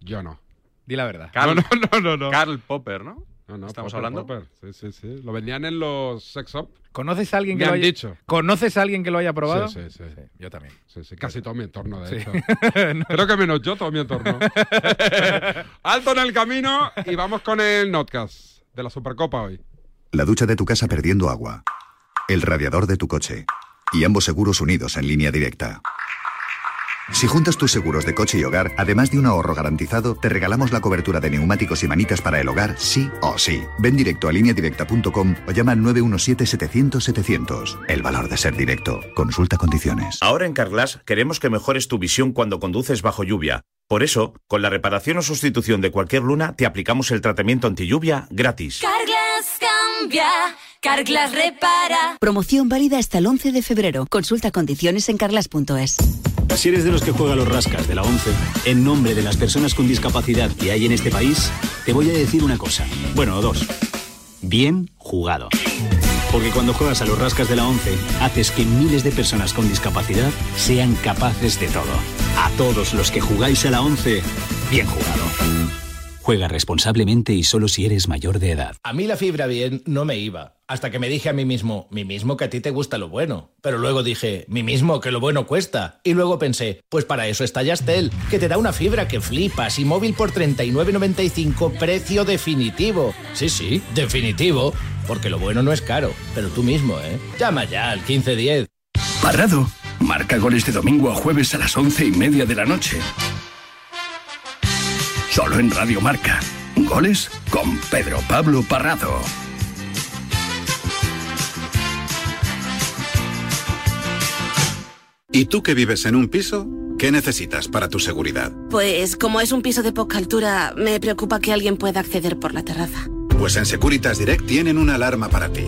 Yo no. Di la verdad. Carl, no, no, no, no. Karl Popper, ¿no? No, no, Estamos Popper, hablando. Popper. Sí, sí, sí. Lo vendían en los sex shop. ¿Conoces a alguien que Me lo han haya dicho. ¿Conoces a alguien que lo haya probado? Sí, sí, sí. yo también. Sí, sí, casi todo mi entorno, de Sí. hecho. Creo que menos yo, todo mi entorno. Alto en el camino y vamos con el notcast de la Supercopa hoy. La ducha de tu casa perdiendo agua. El radiador de tu coche. Y ambos seguros unidos en línea directa. Si juntas tus seguros de coche y hogar, además de un ahorro garantizado, te regalamos la cobertura de neumáticos y manitas para el hogar, sí o sí. Ven directo a lineadirecta.com o llama al 917-700-700. El valor de ser directo. Consulta condiciones. Ahora en Carglass queremos que mejores tu visión cuando conduces bajo lluvia. Por eso, con la reparación o sustitución de cualquier luna, te aplicamos el tratamiento antilluvia gratis. Carglass cambia, Carglass repara. Promoción válida hasta el 11 de febrero. Consulta condiciones en carlas.es. Si eres de los que juega a los rascas de la 11, en nombre de las personas con discapacidad que hay en este país, te voy a decir una cosa. Bueno, dos. Bien jugado. Porque cuando juegas a los rascas de la 11, haces que miles de personas con discapacidad sean capaces de todo. A todos los que jugáis a la 11, bien jugado. Juega responsablemente y solo si eres mayor de edad. A mí la fibra bien no me iba, hasta que me dije a mí mismo, mí mismo que a ti te gusta lo bueno. Pero luego dije, mí mismo que lo bueno cuesta. Y luego pensé, pues para eso está Yastel, que te da una fibra que flipas y móvil por 39.95 precio definitivo. Sí, sí, definitivo, porque lo bueno no es caro, pero tú mismo, ¿eh? Llama ya al 1510. Parado. Marca goles de domingo a jueves a las once y media de la noche. Solo en Radio Marca. Goles con Pedro Pablo Parrado. ¿Y tú que vives en un piso? ¿Qué necesitas para tu seguridad? Pues como es un piso de poca altura, me preocupa que alguien pueda acceder por la terraza. Pues en Securitas Direct tienen una alarma para ti.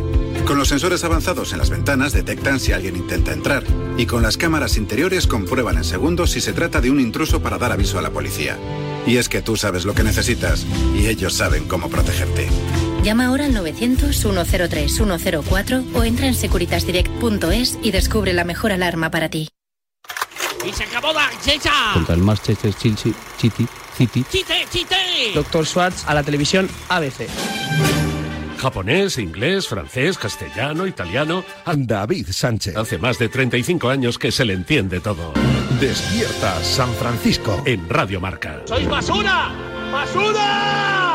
Con los sensores avanzados en las ventanas detectan si alguien intenta entrar y con las cámaras interiores comprueban en segundos si se trata de un intruso para dar aviso a la policía. Y es que tú sabes lo que necesitas y ellos saben cómo protegerte. Llama ahora al 900-103-104 o entra en securitasdirect.es y descubre la mejor alarma para ti. ¡Y se acabó la chicha! Ah. Contra el Manchester City, City, City. ¡Chite, chite! Doctor Schwartz a la televisión ABC. Japonés, inglés, francés, castellano, italiano. A David Sánchez. Hace más de 35 años que se le entiende todo. Despierta San Francisco en Radio Marca. ¡Sois basura! ¡Basura!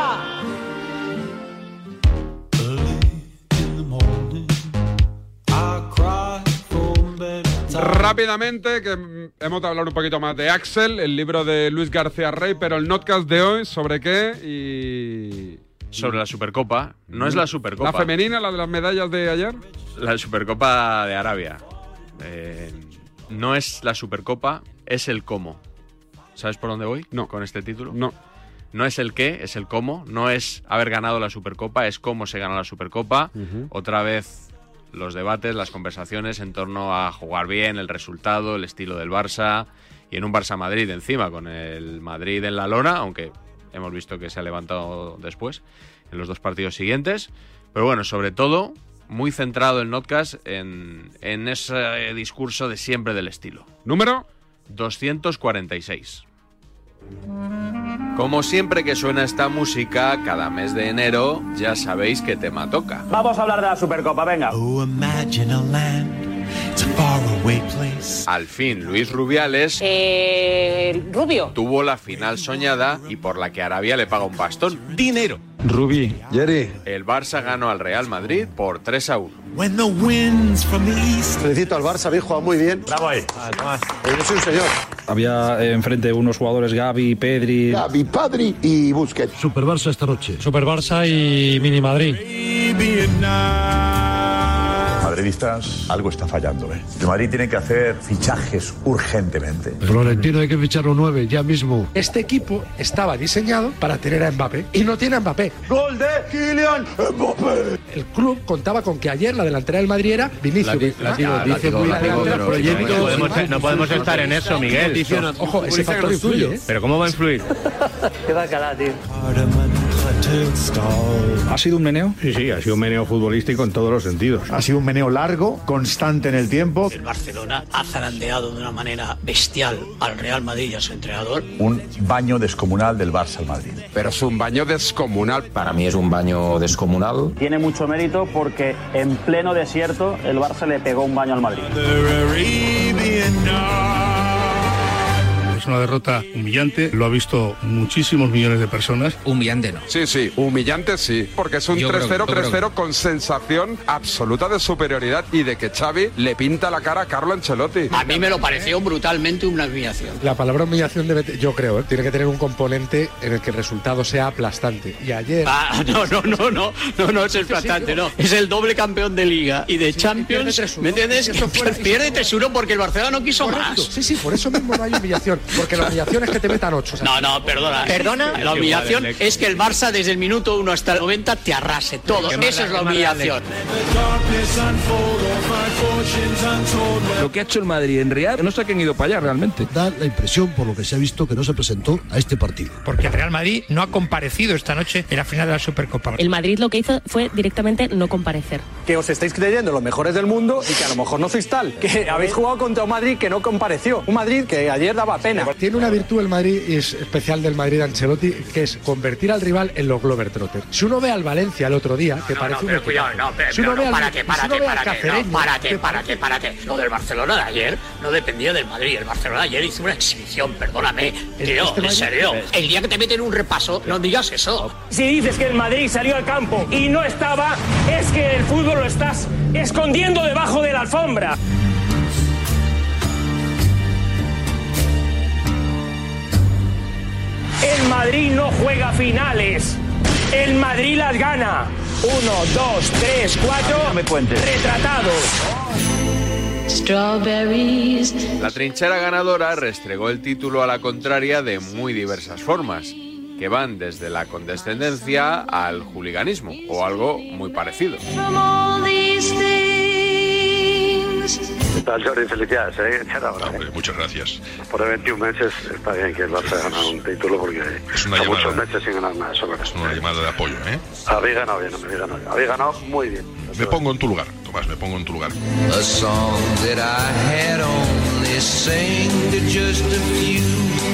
Rápidamente, que mm, hemos de hablar un poquito más de Axel, el libro de Luis García Rey, pero el notcast de hoy, ¿sobre qué? Y... Sobre la Supercopa. No es la Supercopa. ¿La femenina, la de las medallas de ayer? La Supercopa de Arabia. Eh, no es la Supercopa, es el cómo. ¿Sabes por dónde voy? No. ¿Con este título? No. No es el qué, es el cómo. No es haber ganado la Supercopa, es cómo se ganó la Supercopa. Otra vez los debates, las conversaciones en torno a jugar bien, el resultado, el estilo del Barça. Y en un Barça-Madrid encima, con el Madrid en la lona, aunque hemos visto que se ha levantado después en los dos partidos siguientes. Pero bueno, sobre todo, muy centrado el Notcast en, en ese discurso de siempre del estilo. ¿Número? 246. Como siempre que suena esta música, cada mes de enero ya sabéis qué tema toca. Vamos a hablar de la Supercopa, venga. Al fin, Luis Rubiales Eh. Eh, Rubio. tuvo la final soñada y por la que Arabia le paga un bastón. Dinero. Rubí, Jerry. El Barça ganó al Real Madrid por 3 a 1. Felicito al Barça, habéis jugado muy bien. Ah, Bravo ahí. Yo soy un señor. Había eh, enfrente unos jugadores Gaby, Pedri. Gaby, Padri y Busquets. Super Barça esta noche. Super Barça y Mini Madrid. Madridistas, algo está fallando. ¿eh? El Madrid tiene que hacer fichajes urgentemente. Florentino hay que fichar un 9 ya mismo. Este equipo estaba diseñado para tener a Mbappé y no tiene a Mbappé. Gol de Kylian Mbappé. El club contaba con que ayer la delantera del Madrid era Vinicius. Latigo, Ah, dice latigo, muy latigo, latigo, latigo, proyecto- latigo. No podemos- Sin no podemos más, estar sin en más. eso, Miguel. Condiciona- Ojo, ese Publica factor los influye. ¿eh? tuyos. Pero ¿cómo va a influir? Qué bacalá, tío. ¿Ha sido un meneo? Sí, sí, ha sido un meneo futbolístico en todos los sentidos. Ha sido un meneo largo, constante en el tiempo. El Barcelona ha zarandeado de una manera bestial al Real Madrid y a su entrenador. Un baño descomunal del Barça al Madrid. Pero es un baño descomunal. Para mí es un baño descomunal. Tiene mucho mérito porque en pleno desierto el Barça le pegó un baño al Madrid. Es una derrota humillante, lo ha visto muchísimos millones de personas. Humillante no. Sí, sí, humillante sí, porque es un Yo creo que- 3-0, yo creo que- 3-0 con sensación absoluta de superioridad y de que Xavi le pinta la cara a Carlo Ancelotti. A mí me lo pareció brutalmente una humillación. La palabra humillación debe, yo creo, ¿eh? tiene que tener un componente en el que el resultado sea aplastante. Y ayer. Ah, no, no, no, no, no, no, eso es bastante, no. Es el doble campeón de Liga y de Champions, ¿me entiendes? Pierde 3-1 porque el Barcelona no quiso Correcto. más. Sí, sí, por eso mismo no hay humillación. Porque la humillación es que te metan ocho. o sea, No, no, perdona. ¿Perdona? La humillación es que el Barça desde el minuto 1 hasta el 90 te arrase todo. Eso es la humillación. Lo que ha hecho el Madrid en Real, no sé a quién ha ido para allá realmente. Da la impresión, por lo que se ha visto, que no se presentó a este partido. Porque el Real Madrid no ha comparecido esta noche en la final de la Supercopa. El Madrid lo que hizo fue directamente no comparecer. que os estáis creyendo los mejores del mundo y que a lo mejor no sois tal. Que habéis jugado contra un Madrid que no compareció. Un Madrid que ayer daba pena. Tiene una virtud el Madrid y es especial del Madrid de Ancelotti, que es convertir al rival en los Glover Trotter. Si uno ve al Valencia el otro día, que parece un pero equipazo. cuidado, no, pero, Si uno pero ve no, al- párate, si uno párate, ve al párate, no, Cacereño, párate, que- párate, párate. Lo del Barcelona de ayer no dependía del Madrid. El Barcelona de ayer hizo una exhibición, perdóname. Tío, este en Madrid- serio. El día que te meten un repaso, no digas eso. Si dices que el Madrid salió al campo y no estaba, es que el fútbol lo estás escondiendo debajo de la alfombra. El Madrid no juega finales. El Madrid las gana. Uno, dos, tres, cuatro. Retratados. Strawberries. La trinchera ganadora restregó el título a la contraria de muy diversas formas, que van desde la condescendencia al juliganismo, o algo muy parecido. From all these things. ¿Qué tal, Jordi? Felicidades, ¿eh? Echar ahora. Muchas gracias. Por 21 meses está bien que el Barça gana un título porque Es una a llamada. muchos meses sin ganar nada. Eso Es una llamada de apoyo, ¿eh? Habéis ganado bien, habéis ganado bien. Habéis ganado muy bien. Me pongo en tu lugar, Tomás, me pongo en tu lugar. A song that I had only sang to just a few.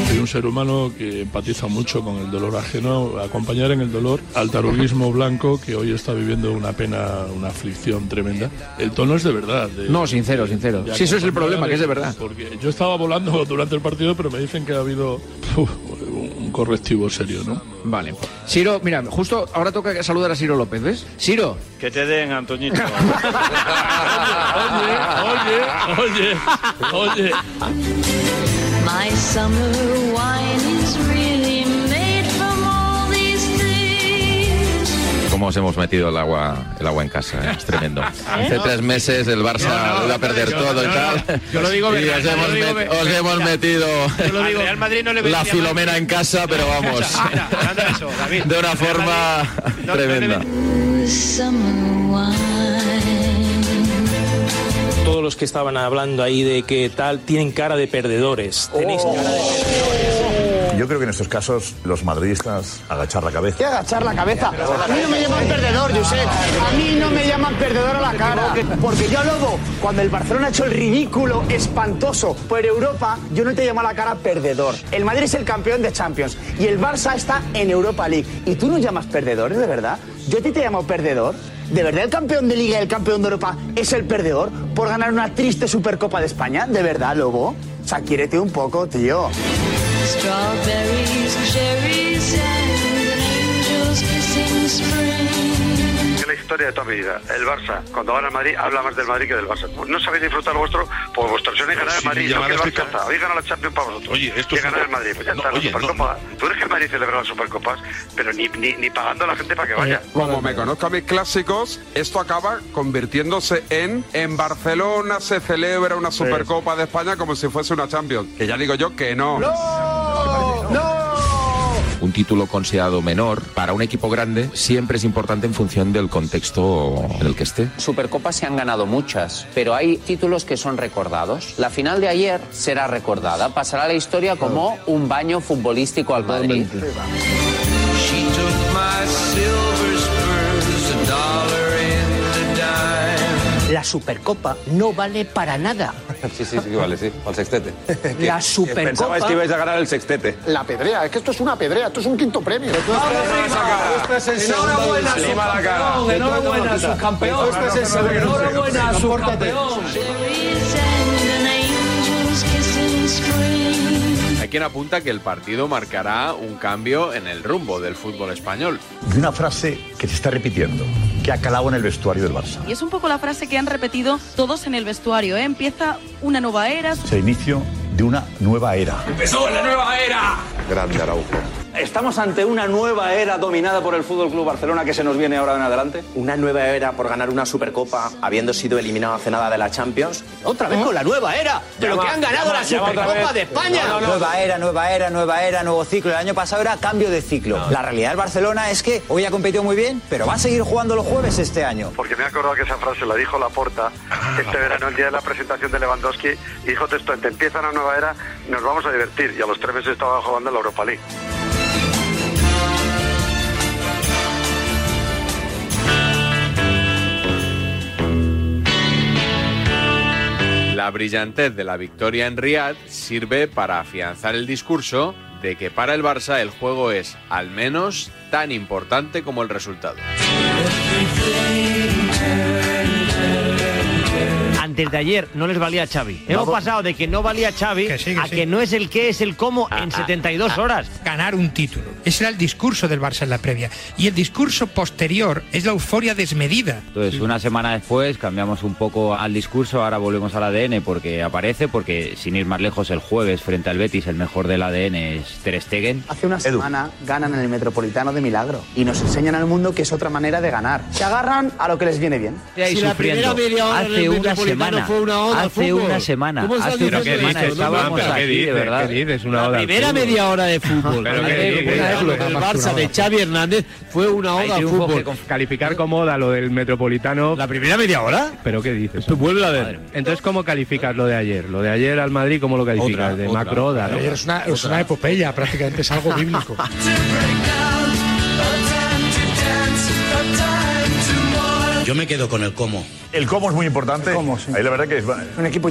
Soy un ser humano que empatiza mucho con el dolor ajeno, acompañar en el dolor al taruguismo blanco que hoy está viviendo una pena, una aflicción tremenda. El tono es de verdad. de- No, sincero, sincero. de Si eso es el acompañar, problema, que es de verdad. Porque yo estaba volando durante el partido, pero me dicen que ha habido uf, un correctivo serio, ¿no? Vale. Siro, mira, justo ahora toca saludar a Siro López, ¿ves? Siro. Que te den, Antoñito. oye, oye, oye. My summer wine is really made from all these things. ¿Cómo os hemos metido el agua, el agua en casa? eh? Es tremendo. Hace tres meses el Barça lo iba a perder todo y tal. yo lo digo y verdad, os yo lo hemos, digo met- ver- os hemos metido Real Madrid no la filomena en casa, pero vamos, de una forma tremenda. Summer wine. Todos los que estaban hablando ahí de que tal tienen cara de perdedores. Tenéis Oh. cara de Yo creo que en estos casos los madridistas agachar la cabeza. que agachar la cabeza. A mí no me llaman perdedor, Josep. A mí no me llaman perdedor a la cara. Porque yo, Lobo, cuando el Barcelona ha hecho el ridículo espantoso por Europa, yo no te llamo a la cara perdedor. El Madrid es el campeón de Champions y el Barça está en Europa League. ¿Y tú no llamas perdedores, de verdad? Yo a ti te llamo perdedor. ¿De verdad el campeón de Liga y el campeón de Europa es el perdedor por ganar una triste Supercopa de España? ¿De verdad, Lobo? O sea, quiérete un poco, tío. Strawberries, cherries, and an angel's kissing spring. Es la historia de toda mi vida. El Barça, cuando gana el Madrid, habla más del Madrid que del Barça. Pues No sabéis disfrutar vuestro, pues vuestra opción es ganar el Sí, Madrid, no llamada que el Barça especial. está. Habéis ganado la Champions para vosotros. Oye, esto Que es un- ganar el Madrid, pues ya No, está, la oye, no, Supercopa. Tú eres que el Madrid celebra las Supercopas, pero ni, ni, ni pagando a la gente para que Eh, Eh, vaya. Como me conozco a mis clásicos, esto acaba convirtiéndose en en Barcelona se celebra una Supercopa de España como si fuese una Champions. Que ya digo yo que no. Un título considerado menor para un equipo grande siempre es importante en función del contexto en el que esté. Supercopas se han ganado muchas, pero hay títulos que son recordados. La final de ayer será recordada, pasará a la historia como un baño futbolístico al Madrid. She took my silver spurs, a dollar and a dime. La Supercopa no vale para nada. Sí, sí, sí, que vale, sí. Al sextete. La Supercopa. Pensabais que ibais a ganar el sextete. La pedrea, es que esto es una pedrea, esto es un quinto premio. Esto es el segundo del siglo. De todas maneras, Esto es el segundo del siglo. Compórtate. Cherries and an angel's kissing spring. Hay quien apunta que el partido marcará un cambio en el rumbo del fútbol español. De una frase que se está repitiendo, que ha calado en el vestuario del Barça. Y es un poco la frase que han repetido todos en el vestuario. ¿eh? Empieza una nueva era. Es el inicio de una nueva era. ¡Empezó la nueva era! Grande Araujo. Estamos ante una nueva era dominada por el Fútbol Club Barcelona que se nos viene ahora en adelante. Una nueva era por ganar una Supercopa, habiendo sido eliminado hace nada de la Champions. Otra vez con la nueva era, pero Llama, que han ganado llama, la llama otra Supercopa vez. de España. No, no, no. Nueva era, nueva era, nueva era, nuevo ciclo. El año pasado era cambio de ciclo. La realidad del Barcelona es que hoy ha competido muy bien, pero va a seguir jugando los jueves este año. Porque me he acordado que esa frase la dijo Laporta este verano, el día de la presentación de Lewandowski, y dijo textualmente, empieza una nueva era, nos vamos a divertir. Y a los tres meses estaba jugando en la Europa League. La brillantez de la victoria en Riyadh sirve para afianzar el discurso de que para el Barça el juego es al menos tan importante como el resultado. Antes de ayer no les valía Xavi. Hemos pasado de que no valía Xavi a sí. que no es el qué, es el cómo en 72 horas. Ganar un título. Ese era el discurso del Barça en la previa. Y el discurso posterior es la euforia desmedida. Entonces, una semana después cambiamos un poco al discurso, ahora volvemos al ADN porque aparece, porque sin ir más lejos, el jueves frente al Betis, el mejor del ADN es Ter Stegen. Hace una semana ganan en el Metropolitano de Milagro y nos enseñan al mundo que es otra manera de ganar. Se agarran a lo que les viene bien. Sufriendo. Hace una semana. no fue una oda al hace fútbol. una semana. ¿Cómo estás hace una diciendo semana eso? estábamos Pero ¿qué aquí, dices? de verdad. ¿Qué dices? Una oda al primera fútbol. media hora de fútbol. Pero La ¿qué primera dices? media Una hora oda, del una Barça oda. de Xavi Hernández fue una Hay oda al triunfos fútbol. que con- Calificar como oda lo del Metropolitano. La primera media hora. Pero ¿qué dices? Vuelve a ver. Entonces cómo calificas lo de ayer? Lo de ayer al Madrid cómo lo calificas? de macro oda. ¿no? Es una, es una epopeya, prácticamente es algo bíblico. Yo me quedo con el cómo. El cómo es muy importante. Ahí la verdad que es un equipo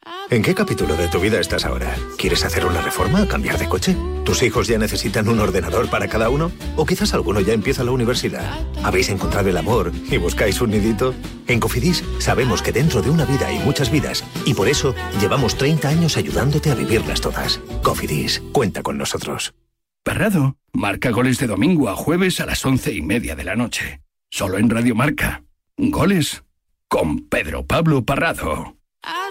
¿En qué capítulo de tu vida estás ahora? ¿Quieres hacer una reforma o cambiar de coche? ¿Tus hijos ya necesitan un ordenador para cada uno? ¿O quizás alguno ya empieza la universidad? ¿Habéis encontrado el amor y buscáis un nidito? En Cofidis sabemos que dentro de una vida hay muchas vidas y por eso llevamos 30 años ayudándote a vivirlas todas. Cofidis, cuenta con nosotros. Parrado marca goles de domingo a jueves a las once y media de la noche. Solo en Radio Marca. Goles con Pedro Pablo Parrado.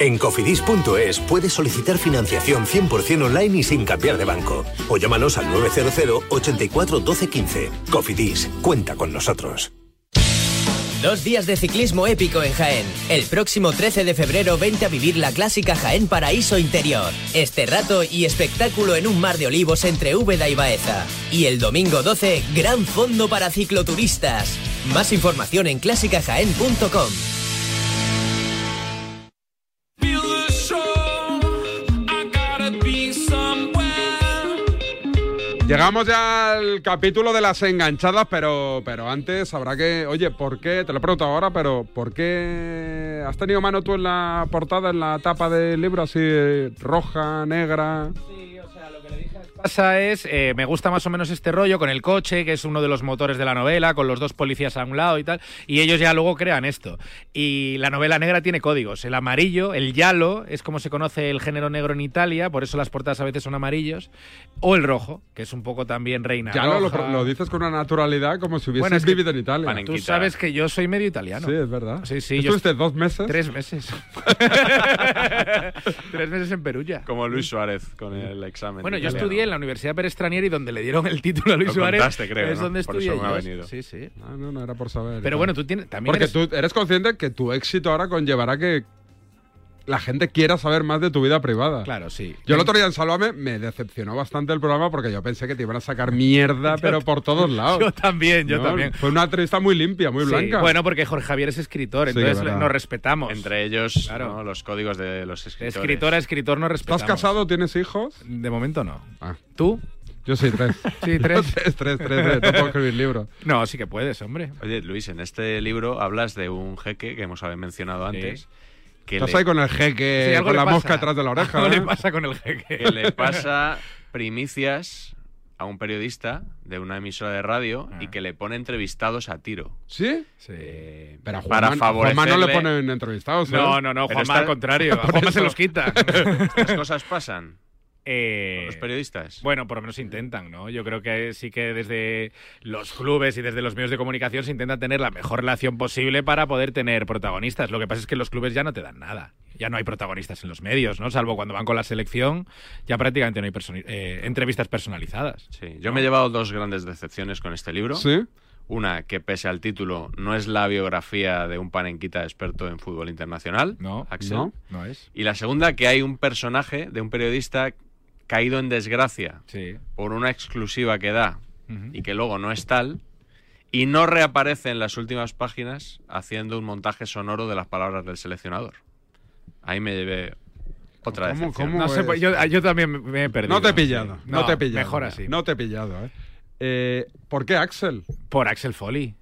En cofidis.es puedes solicitar financiación 100% online y sin cambiar de banco. O llámanos al 900 84 12 15. Cofidis, cuenta con nosotros. Dos días de ciclismo épico en Jaén. El próximo 13 de febrero vente a vivir la clásica Jaén Paraíso Interior. Este rato y espectáculo en un mar de olivos entre Úbeda y Baeza. Y el domingo 12, gran fondo para cicloturistas. Más información en clásicajaén.com. Llegamos ya al capítulo de las enganchadas, pero, pero antes habrá que. Oye, ¿por qué? Te lo pregunto ahora, pero ¿por qué has tenido mano tú en la portada, en la tapa del libro, así eh, roja, negra? pasa es, eh, me gusta más o menos este rollo con el coche, que es uno de los motores de la novela, con los dos policías a un lado y tal, y ellos ya luego crean esto. Y la novela negra tiene códigos, el amarillo, el yalo, es como se conoce el género negro en Italia, por eso las portadas a veces son amarillos, o el rojo, que es un poco también reina. Ya lo, roja. lo, lo dices con una naturalidad como si hubieses Bueno, es que- vivido en Italia. Tú sabes que yo soy medio italiano. Sí, es verdad. Sí, sí. yo- ¿Estuviste dos meses? Tres meses. Tres meses en Perulla. Como Luis Suárez con el examen. Bueno, de yo italiano. estudié en la Universidad Pérez Tranieri, donde le dieron el título a Luis Lo Suárez. contaste, creo, es ¿no? donde Por estudié eso me yo. ha venido. Sí, sí. Ah, no, no era por saber. Pero bueno, tú tienes- también Porque eres- tú eres consciente que tu éxito ahora conllevará que la gente quiera saber más de tu vida privada. Claro, sí. Yo el otro día en Sálvame me decepcionó bastante el programa porque yo pensé que te iban a sacar mierda, pero por todos lados. Yo también, yo No, también. Fue una entrevista muy limpia, muy Sí, blanca. Bueno, porque Jorge Javier es escritor, Sí, entonces verdad. nos respetamos. Entre ellos, ¿no? los códigos de los escritores. Escritora, escritor, nos respetamos. ¿Estás casado? ¿Tienes hijos? De momento no. ¿Tú? Yo sí, tres. Sí, tres. tres, tres, tres, tres. No puedo escribir libros. No, sí que puedes, hombre. Oye, Luis, en este libro hablas de un jeque que hemos mencionado antes. Que Estás le- ahí con el jeque, Sí, algo con le la pasa. mosca atrás de la oreja. Algo ¿eh? le pasa con el jeque? que le pasa primicias a un periodista de una emisora de radio y que le pone entrevistados a tiro. ¿Sí? Sí. Pero a para Juanma- Juanma no le favorecerle- ponen entrevistados. ¿eh? No, no, no, Pero Juanma está- al contrario, a Por Juanma se eso. los quita. ¿Estas cosas pasan? los periodistas. Eh, Bueno, por lo menos intentan, ¿no? Yo creo que sí que desde los clubes y desde los medios de comunicación se intenta tener la mejor relación posible para poder tener protagonistas. Lo que pasa es que los clubes ya no te dan nada. Ya no hay protagonistas en los medios, ¿no? Salvo cuando van con la selección, ya prácticamente no hay personi- eh, entrevistas personalizadas. Sí, yo me he llevado dos grandes decepciones con este libro. Sí. Una que pese al título no es la biografía de un panenquita experto en fútbol internacional, no, Axel. No, no es. Y la segunda que hay un personaje de un periodista caído en desgracia Sí. por una exclusiva que da y que luego no es tal y no reaparece en las últimas páginas haciendo un montaje sonoro de las palabras del seleccionador. Ahí me llevé otra ¿Cómo- decepción. cómo No sé, pues yo, yo también me- me he perdido. No te he pillado, Sí. no, te he pillado. Mejor así. No te he pillado, ¿eh? Eh, por qué Axel? Ah. Por Axel Foley.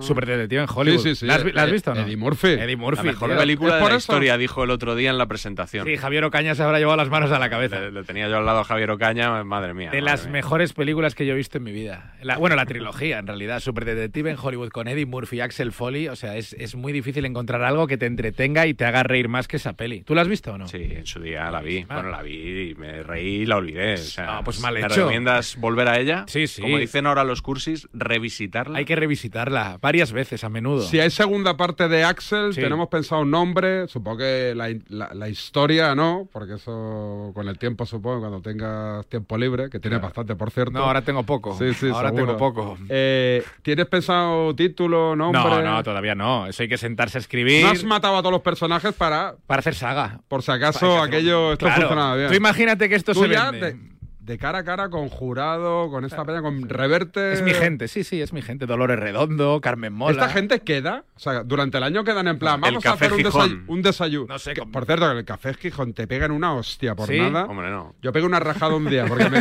Superdetective en Hollywood. Sí, sí, sí. ¿La has, vi- la has Eh, visto o no? Eddie Murphy. Eddie Murphy. La mejor tío. película de la historia, dijo el otro día en la presentación. Sí, Javier Ocaña se habrá llevado las manos a la cabeza. Le, le tenía yo al lado a Javier Ocaña, madre mía. De madre las mía. mejores películas que yo he visto en mi vida. La- bueno, la trilogía, en realidad. Superdetective en Hollywood con Eddie Murphy y Axel Foley. O sea, es, es muy difícil encontrar algo que te entretenga y te haga reír más que esa peli. ¿Tú la has visto o no? Sí, en su día la vi. Bueno, la vi y me reí y la olvidé. O sea, pues mal ¿Me hecho. recomiendas volver a ella? Sí, sí. Como dicen ahora los cursis, revisitarla. Hay que revisitarla varias veces a menudo. Si hay segunda parte de Axel, Sí. tenemos pensado un nombre, supongo que la, la- la historia no, porque eso con el tiempo supongo, cuando tengas tiempo libre, que tienes bastante, por cierto. No, ahora tengo poco. Sí, sí, ahora seguro. tengo poco. Eh, ¿Tienes pensado título, nombre? No, no, todavía no. Eso hay que sentarse a escribir. ¿No has matado a todos los personajes para, Para hacer saga. por si acaso aquello esto Claro. funcionaba bien? Tú imagínate que esto Tú se ya vende. De, de cara a cara con Jurado, con esta peña, con Reverte. Es mi gente, sí, sí, es mi gente. Dolores Redondo, Carmen Mola. ¿Esta gente queda? O sea, durante el año quedan en plan, El vamos a Café hacer un, Gijón. desay- un desayuno. Que, por cierto, que el café Gijón te pegan una hostia por ¿Sí? nada. Hombre, no. Yo pegué una rajada un día porque me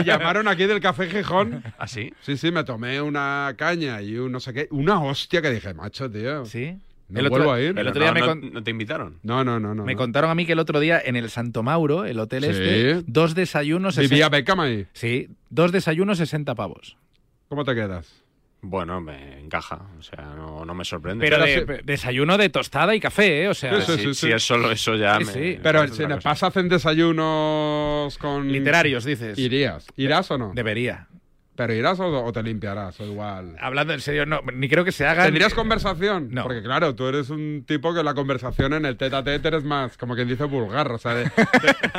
y llamaron aquí del café Gijón. ¿Ah, sí? Sí, sí, me tomé una caña y un no sé qué. Una hostia que dije, macho, tío. ¿Sí? No El otro- vuelvo a ir. el otro día me con- te invitaron? No, no, no. no Me no. contaron a mí que el otro día en el Santo Mauro, el hotel Sí. este, dos desayunos. ¿Vivía sesen- Beckham ahí? Sí, dos desayunos, 60 pavos. ¿Cómo te quedas? Bueno, me encaja. O sea, no, no me sorprende. Pero de- pe- desayuno de tostada y café, ¿eh? O sea, si, si es solo eso ya Sí, me- sí. Pero es si otra en el cosa. PAS hacen desayunos con... Literarios, dices. Irías. ¿Irás o no? Debería. ¿Pero irás o, o te limpiarás? O igual. Hablando en serio, no, ni creo que se hagan. ¿Tendrías conversación? No. Porque claro, tú eres un tipo que la conversación en el teta tete eres más, como quien dice, vulgar, o sea, de, de-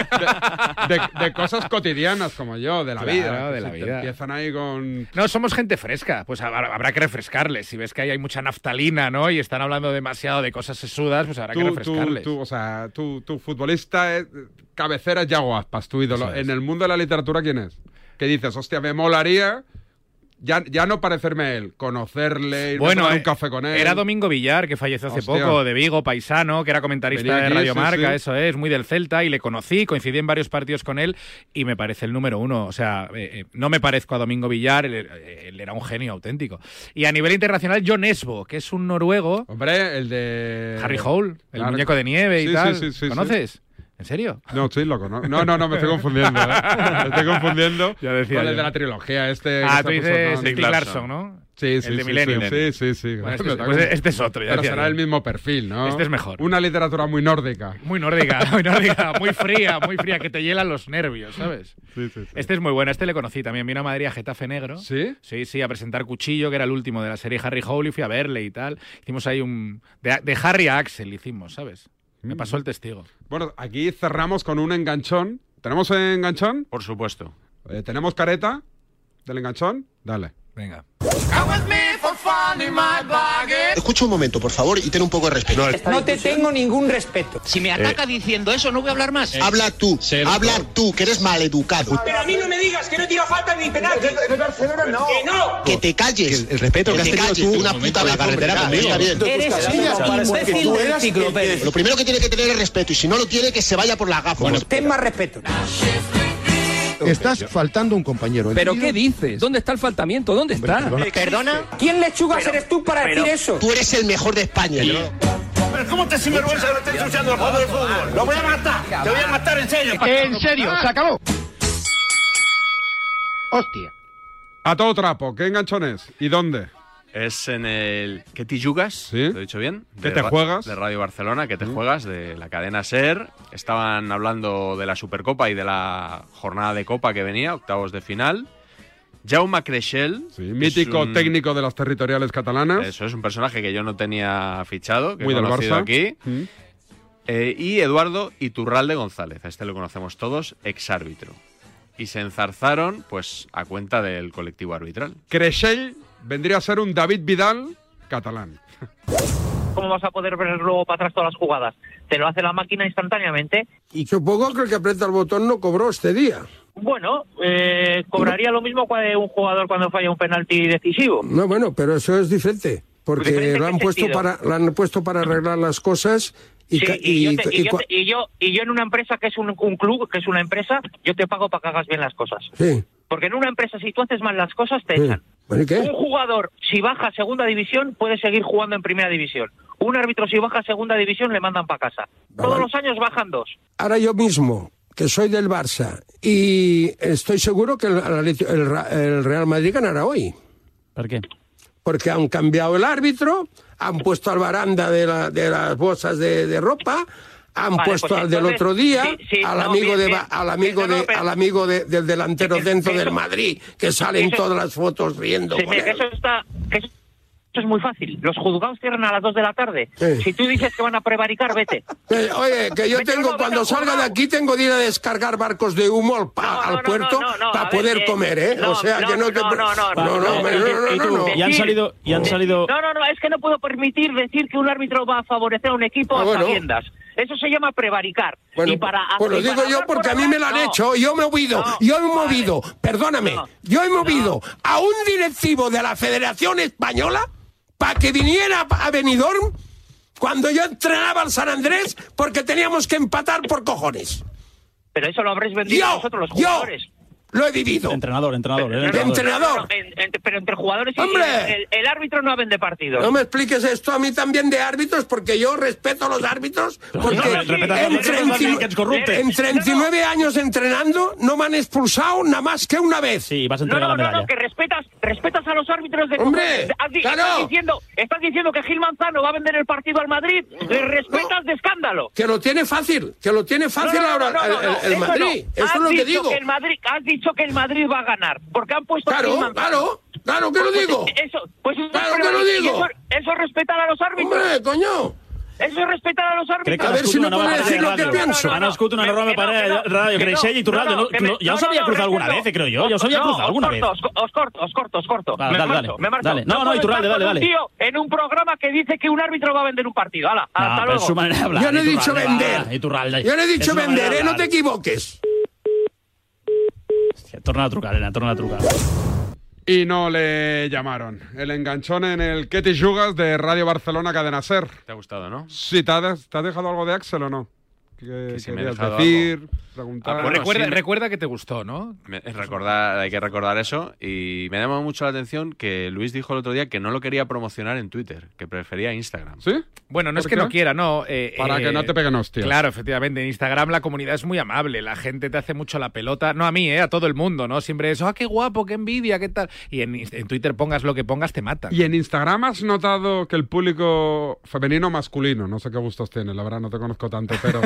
de- de- de cosas cotidianas como yo, de la Claro, vida. de la Si te vida. empiezan ahí con... No, somos gente fresca, pues habrá habrá que refrescarles. Si ves que ahí hay mucha naftalina, ¿no? Y están hablando demasiado de cosas sesudas, pues habrá que Tú, tú, refrescarles. tú, o sea, tú, tu futbolista es- cabecera es Yago Aspas, tu ídolo. Eso es. En el mundo de la literatura, ¿quién es? Que dices, hostia, me molaría Ya, ya no parecerme a él, conocerle, ir Bueno, a eh, tomar un café con él. Era Domingo Villar, que falleció hace Hostia. poco, de Vigo, paisano, que era comentarista Venía de aquí, Radio sí, Marca, sí. eso es, muy del Celta, y le conocí, coincidí en varios partidos con él, y me parece el número uno. O sea, eh, eh, no me parezco a Domingo Villar, él, él era un genio auténtico. Y a nivel internacional, John Esbo, que es un noruego. Hombre, el de. Harry Hole, el Claro. muñeco de nieve y Sí, tal. sí, sí, sí, ¿Conoces? ¿En serio? No, sí, loco, ¿no? No, no, no, me estoy confundiendo. ¿eh? Me estoy confundiendo Ya decía con el yo. de la trilogía este. Ah, que tú se puso dices tan- Steve Clarkson, ¿no? Sí, sí, El de sí, Millennium. Sí, sí, sí. Bueno, este- pues este es otro, ya Pero decía será yo. el mismo perfil, ¿no? Este es mejor. Una literatura muy nórdica. Muy nórdica, muy nórdica, muy fría, muy fría, que te hiela los nervios, ¿sabes? Sí, sí, sí. Este es muy bueno, este le conocí también. Vino a Madrid a Getafe Negro. ¿Sí? Sí, sí, a presentar Cuchillo, que era el último de la serie Harry Hole, y fui a verle y tal. Hicimos ahí un. De, de Harry a Axel hicimos, ¿sabes? Me pasó Mm. el testigo. Bueno, aquí cerramos con un enganchón. ¿Tenemos enganchón? Eh, Por supuesto. ¿Tenemos careta del enganchón? Dale. Venga. Escucha un momento, por favor, y ten un poco de respeto. No te tengo ningún respeto. Si Eh, me ataca diciendo eso, no voy a hablar más. Eh. Habla tú, habla tú, que eres maleducado. Pero a mí no me digas que no tira falta ni penalti. En Barcelona no. Que no. Que te calles. el respeto que has tenido tú, una un puta momento en la de carretera hombres, conmigo. claro. Eres Está un bien. imbécil Tú del eras ciclo, el- Pérez. Lo primero que tiene que tener es respeto, y si no lo tiene, que se vaya por la gafa. ten más respeto. Estás faltando un compañero. ¿Pero qué dices? ¿Dónde está el faltamiento? ¿Dónde está? ¿Perdona? ¿Quién lechugas eres tú para pero- decir eso? Tú eres el mejor de España. Pero ¿Cómo te sinvergüenza que lo estés ensuciando el juego del fútbol? ¡Lo voy a matar! ¡Te voy a matar en serio! En serio, se acabó! Hostia. A todo trapo, ¿qué enganchón es? ¿Y dónde? Es en el ¿Qué te jugas? ¿Lo he dicho bien? ¿Qué De te Ra- juegas? De Radio Barcelona, ¿Qué te juegas? De la cadena SER. Estaban hablando de la Supercopa y de la jornada de Copa que venía, octavos de final. Jaume Creixell. Mítico técnico de las territoriales catalanas. Eso es un personaje que yo no tenía fichado, que Muy he del conocido Barça. aquí. Mm. Eh, y Eduardo Iturralde González, a este lo conocemos todos, exárbitro. Y se enzarzaron, pues, a cuenta del colectivo arbitral. Creixell vendría a ser un David Vidal catalán. ¿Cómo vas a poder ver luego para atrás todas las jugadas? Te lo hace la máquina instantáneamente. Y supongo que el que aprieta el botón no cobró este día. Bueno, eh, cobraría lo mismo cua- un jugador cuando falla un penalti decisivo. No, bueno, pero eso es diferente. Porque ¿Diferente lo, en han qué puesto sentido? para, lo han puesto para arreglar las cosas y, Sí, ca- y, yo y- te- y y yo cua- te- y yo y yo en una empresa que es un, un club, que es una empresa, yo te pago para que hagas bien las cosas. Sí. Porque en una empresa, si tú haces mal las cosas, te Sí. echan. Bueno, ¿y qué? Un jugador, si baja a segunda división, puede seguir jugando en primera división. Un árbitro, si baja a segunda división, le mandan para casa. Todos los años bajan dos. Ahora yo mismo, que soy del Barça, y estoy seguro que el, Atleti- el Ra- el Real Madrid ganará hoy. ¿Por qué? Porque han cambiado el árbitro, han puesto al baranda de, la- de las bolsas de, de ropa, han Vale, puesto pues al del entonces, otro día, sí, sí, al, no, amigo bien, de, bien. Ba- al amigo, de, al amigo de- del delantero dentro del Madrid, que salen eso- todas las fotos riendo. Sí, con mira, que él. eso está. que eso, eso es muy fácil. Los juzgados cierran a las 2 de la tarde. Si tú dices que van a prevaricar, vete. Eh, Oye, que yo Vete tengo, al cuando juzgado, salga de aquí, tengo de ir a descargar barcos de humo al, pa- al puerto para a ver, poder eh, comer, ¿eh? no, o sea, que no te... pre- no, no, hombre, no, no, no, no. Decir- No, no, no, es que no puedo permitir decir que un árbitro va a favorecer a un equipo Ah, a bueno. sabiendas. Eso se llama prevaricar. Bueno, y para, pues lo y para digo yo hablar porque a por mí me hablar, lo han no. hecho. Yo me he movido, yo he movido, perdóname, yo he movido a un directivo de la Federación Española para que viniera a Benidorm cuando yo entrenaba al San Andrés porque teníamos que empatar por cojones. Pero eso lo habréis vendido Yo, vosotros los yo. jugadores. Lo he vivido. Entrenador, entrenador, entrenador. No, no, en- entre- pero entre jugadores y ¡Hombre! el, el árbitro no vende partidos. No me expliques esto a mí también de árbitros, porque yo respeto a los árbitros, porque no, no, sí, en, respetamos los árbitros 39 también, que es corrupto. en 39 años entrenando no me han expulsado nada más que una vez. Sí, vas a No, no, no, no, que respetas, respetas a los árbitros de ¡Hombre! Has di- ¡Claro! estás, diciendo, estás diciendo que Gil Manzano va a vender el partido al Madrid. Le respetas de escándalo. Que lo tiene fácil, que lo tiene fácil No, no, ahora no, no, el- no, el, el eso Madrid. no. Eso es Has lo que dicho digo. el Madrid, has dicho que el Madrid va a ganar. Porque han puesto. a Claro, Gil Manzano. claro, claro que lo Pues digo. Eso, pues eso es Claro que lo prevaricar, y digo. Eso, eso es respetar a los árbitros. Hombre, coño. Eso es respetar a los Crec árbitros. que ha nascut una nova manera de ràdio. Ha nascut una nova manera de ràdio. Creixell i Torralde. No- no- ja us havia cruzat alguna eh, vez, eh, creo yo. Ja us havia cruzat alguna vez. Os corto, os corto, os corto. Vale, me dale, marcho, dale. me marcho. Dale. No, no, puedo Iturralde, estar dale, con un dale. tío en un programa que dice que un árbitro va a vender un partido. Hala, No, hasta Ah, pero luego. es su manera de hablar. Yo no he Iturralde, dicho va, vender. Iturralde. Yo no he Es dicho una manera vender, de eh, no hablar. te equivoques. Torna a trucar, Elena, torna a trucar. Y no le llamaron. El enganchón en el Ketty Yugas de Radio Barcelona Cadena Ser. Te ha gustado, ¿no? Sí, ¿te has, te has dejado algo de Axel o no? ¿Qué si me he querías dejado decir? algo. Preguntar. Ah, bueno, recuerda, sí. recuerda que te gustó, ¿no? Me- recordar, hay que recordar eso. Y me ha llamado mucho la atención que Luis dijo el otro día que no lo quería promocionar en Twitter, que prefería Instagram. ¿Sí? Bueno, no es ¿Por que qué? no quiera, no. eh, Para eh, que no te peguen hostias. Claro, efectivamente. En Instagram la comunidad es muy amable. La gente te hace mucho la pelota. No a mí, eh, a todo el mundo, ¿no? Siempre es, ah, qué guapo, qué envidia, qué tal. Y en, en Twitter pongas lo que pongas, te matan. ¿Y en Instagram has notado que el público femenino o masculino, no sé qué gustos tienes, la verdad no te conozco tanto, pero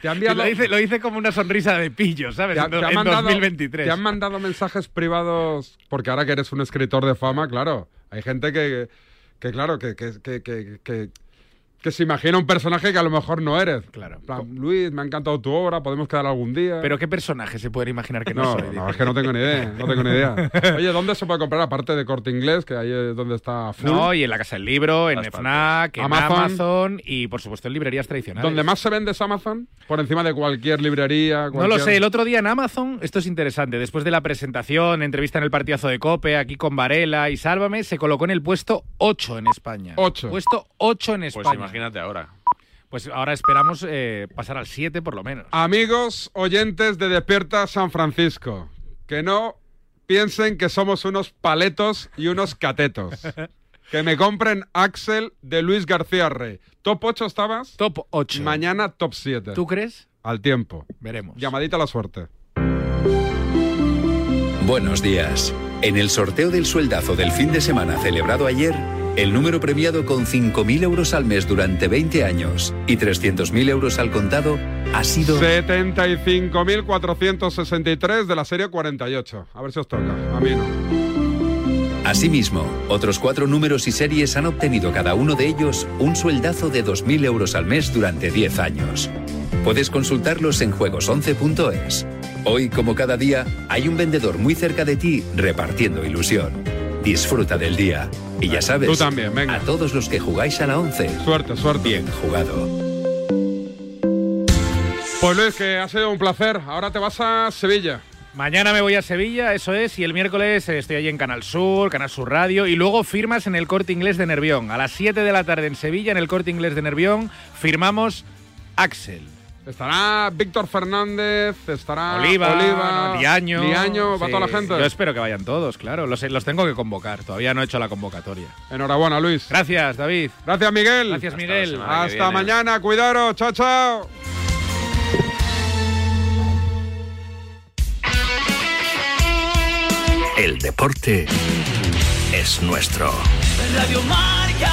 te han enviado- lo, dice, lo dice como una sonrisa de pillo, ¿sabes? te, en han- do- te han en mandado, 2023. te han mandado mensajes privados, porque ahora que eres un escritor de fama, claro, hay gente que, que claro, que, que, que, que- que- que se imagina un personaje que a lo mejor no eres. Claro. Luis, me ha encantado tu obra, podemos quedar algún día. Pero ¿qué personaje se pueden imaginar que no, No, soy? no, es que no tengo ni idea, no tengo ni idea. Oye, ¿dónde se puede comprar aparte de Corte Inglés, que ahí es donde está full? No, y en la Casa del Libro, en Las FNAC, en Amazon. Amazon. y, por supuesto, en librerías tradicionales. ¿Donde más se vende es Amazon? Por encima de cualquier No librería. lo cualquier- sé, el otro día en Amazon, esto es interesante, después de la presentación, entrevista en el partidazo de Cope, aquí con Varela y Sálvame, se colocó en el puesto 8 en España. 8. Puesto 8 en Pues España. imagínate ahora. Pues ahora esperamos eh, pasar al 7 por lo menos. Amigos oyentes de Despierta San Francisco, que no piensen que somos unos paletos y unos catetos. Que me compren Axel de Luis García Rey. ¿Top 8 estabas? Top 8. Mañana top 7. ¿Tú crees? Al tiempo. Veremos. Llamadita a la suerte. Buenos días. En el sorteo del sueldazo del fin de semana celebrado ayer, el número premiado con 5.000 euros al mes durante 20 años y 300.000 euros al contado ha sido... 75.463 de la serie 48. A ver si os toca. A mí no. Asimismo, otros cuatro números y series han obtenido cada uno de ellos un sueldazo de 2.000 euros al mes durante 10 años. Puedes consultarlos en juegos11.es. Hoy, como cada día, hay un vendedor muy cerca de ti repartiendo ilusión. Disfruta del día. Y ya sabes, Tú también, a todos los que jugáis a la 11. Suerte, suerte. Bien jugado. Pues Luis, que ha sido un placer. Ahora te vas a Sevilla. Mañana me voy a Sevilla, eso es, y el miércoles eh, estoy allí en Canal Sur, Canal Sur Radio, y luego firmas en el Corte Inglés de Nervión. A las 7 de la tarde en Sevilla, en el Corte Inglés de Nervión, firmamos Axel. Estará Víctor Fernández, estará Oliva, Oliva ¿no? Liaño. Liaño, va Sí, toda la gente. Yo espero que vayan todos, claro. Los, los tengo que convocar. Todavía no he hecho la convocatoria. Enhorabuena, Luis. Gracias, David. Gracias, Miguel. Gracias, Miguel. Hasta mañana, cuidaros. Chao, chao. El deporte es nuestro. Radio Marca.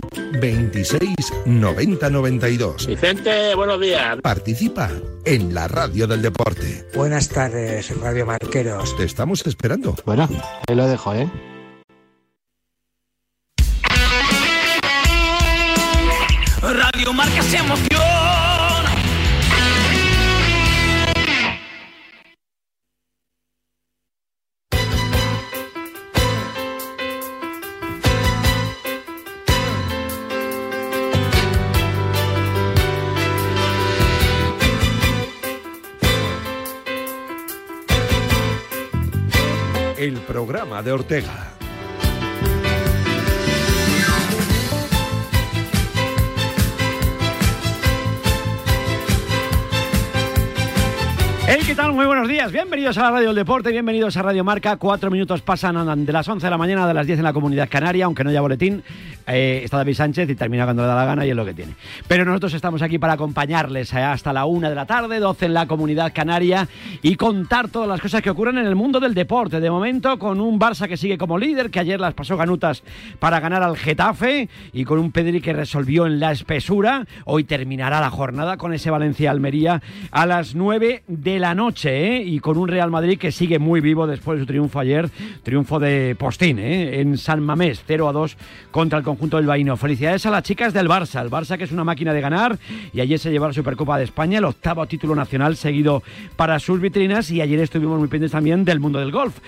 26 90 92. Vicente, buenos días. Participa en la radio del deporte. Buenas tardes, Radio Marqueros. Te estamos esperando. Bueno, ahí lo dejo, ¿eh? Radio Marca se emoción. El programa de Ortega. Hey, ¿qué tal? Muy buenos días. Bienvenidos a la Radio del Deporte, bienvenidos a Radio Marca. Cuatro minutos pasan de las 11 de la mañana a de las 10 en la Comunidad Canaria, aunque no haya boletín. eh, está David Sánchez y termina cuando le da la gana y es lo que tiene. Pero nosotros estamos aquí para acompañarles eh, hasta la 1 de la tarde, 12 en la Comunidad Canaria y contar todas las cosas que ocurren en el mundo del deporte. De momento, con un Barça que sigue como líder, que ayer las pasó ganutas para ganar al Getafe y con un Pedri que resolvió en la espesura. Hoy terminará la jornada con ese Valencia-Almería a las 9 de la noche ¿eh? y con un Real Madrid que sigue muy vivo después de su triunfo ayer, triunfo de Postín ¿eh? en San Mamés, 0 a 2 contra el conjunto del Baino. Felicidades a las chicas del Barça, el Barça que es una máquina de ganar y ayer se llevó la Supercopa de España, el octavo título nacional seguido para sus vitrinas y ayer estuvimos muy pendientes también del mundo del golf.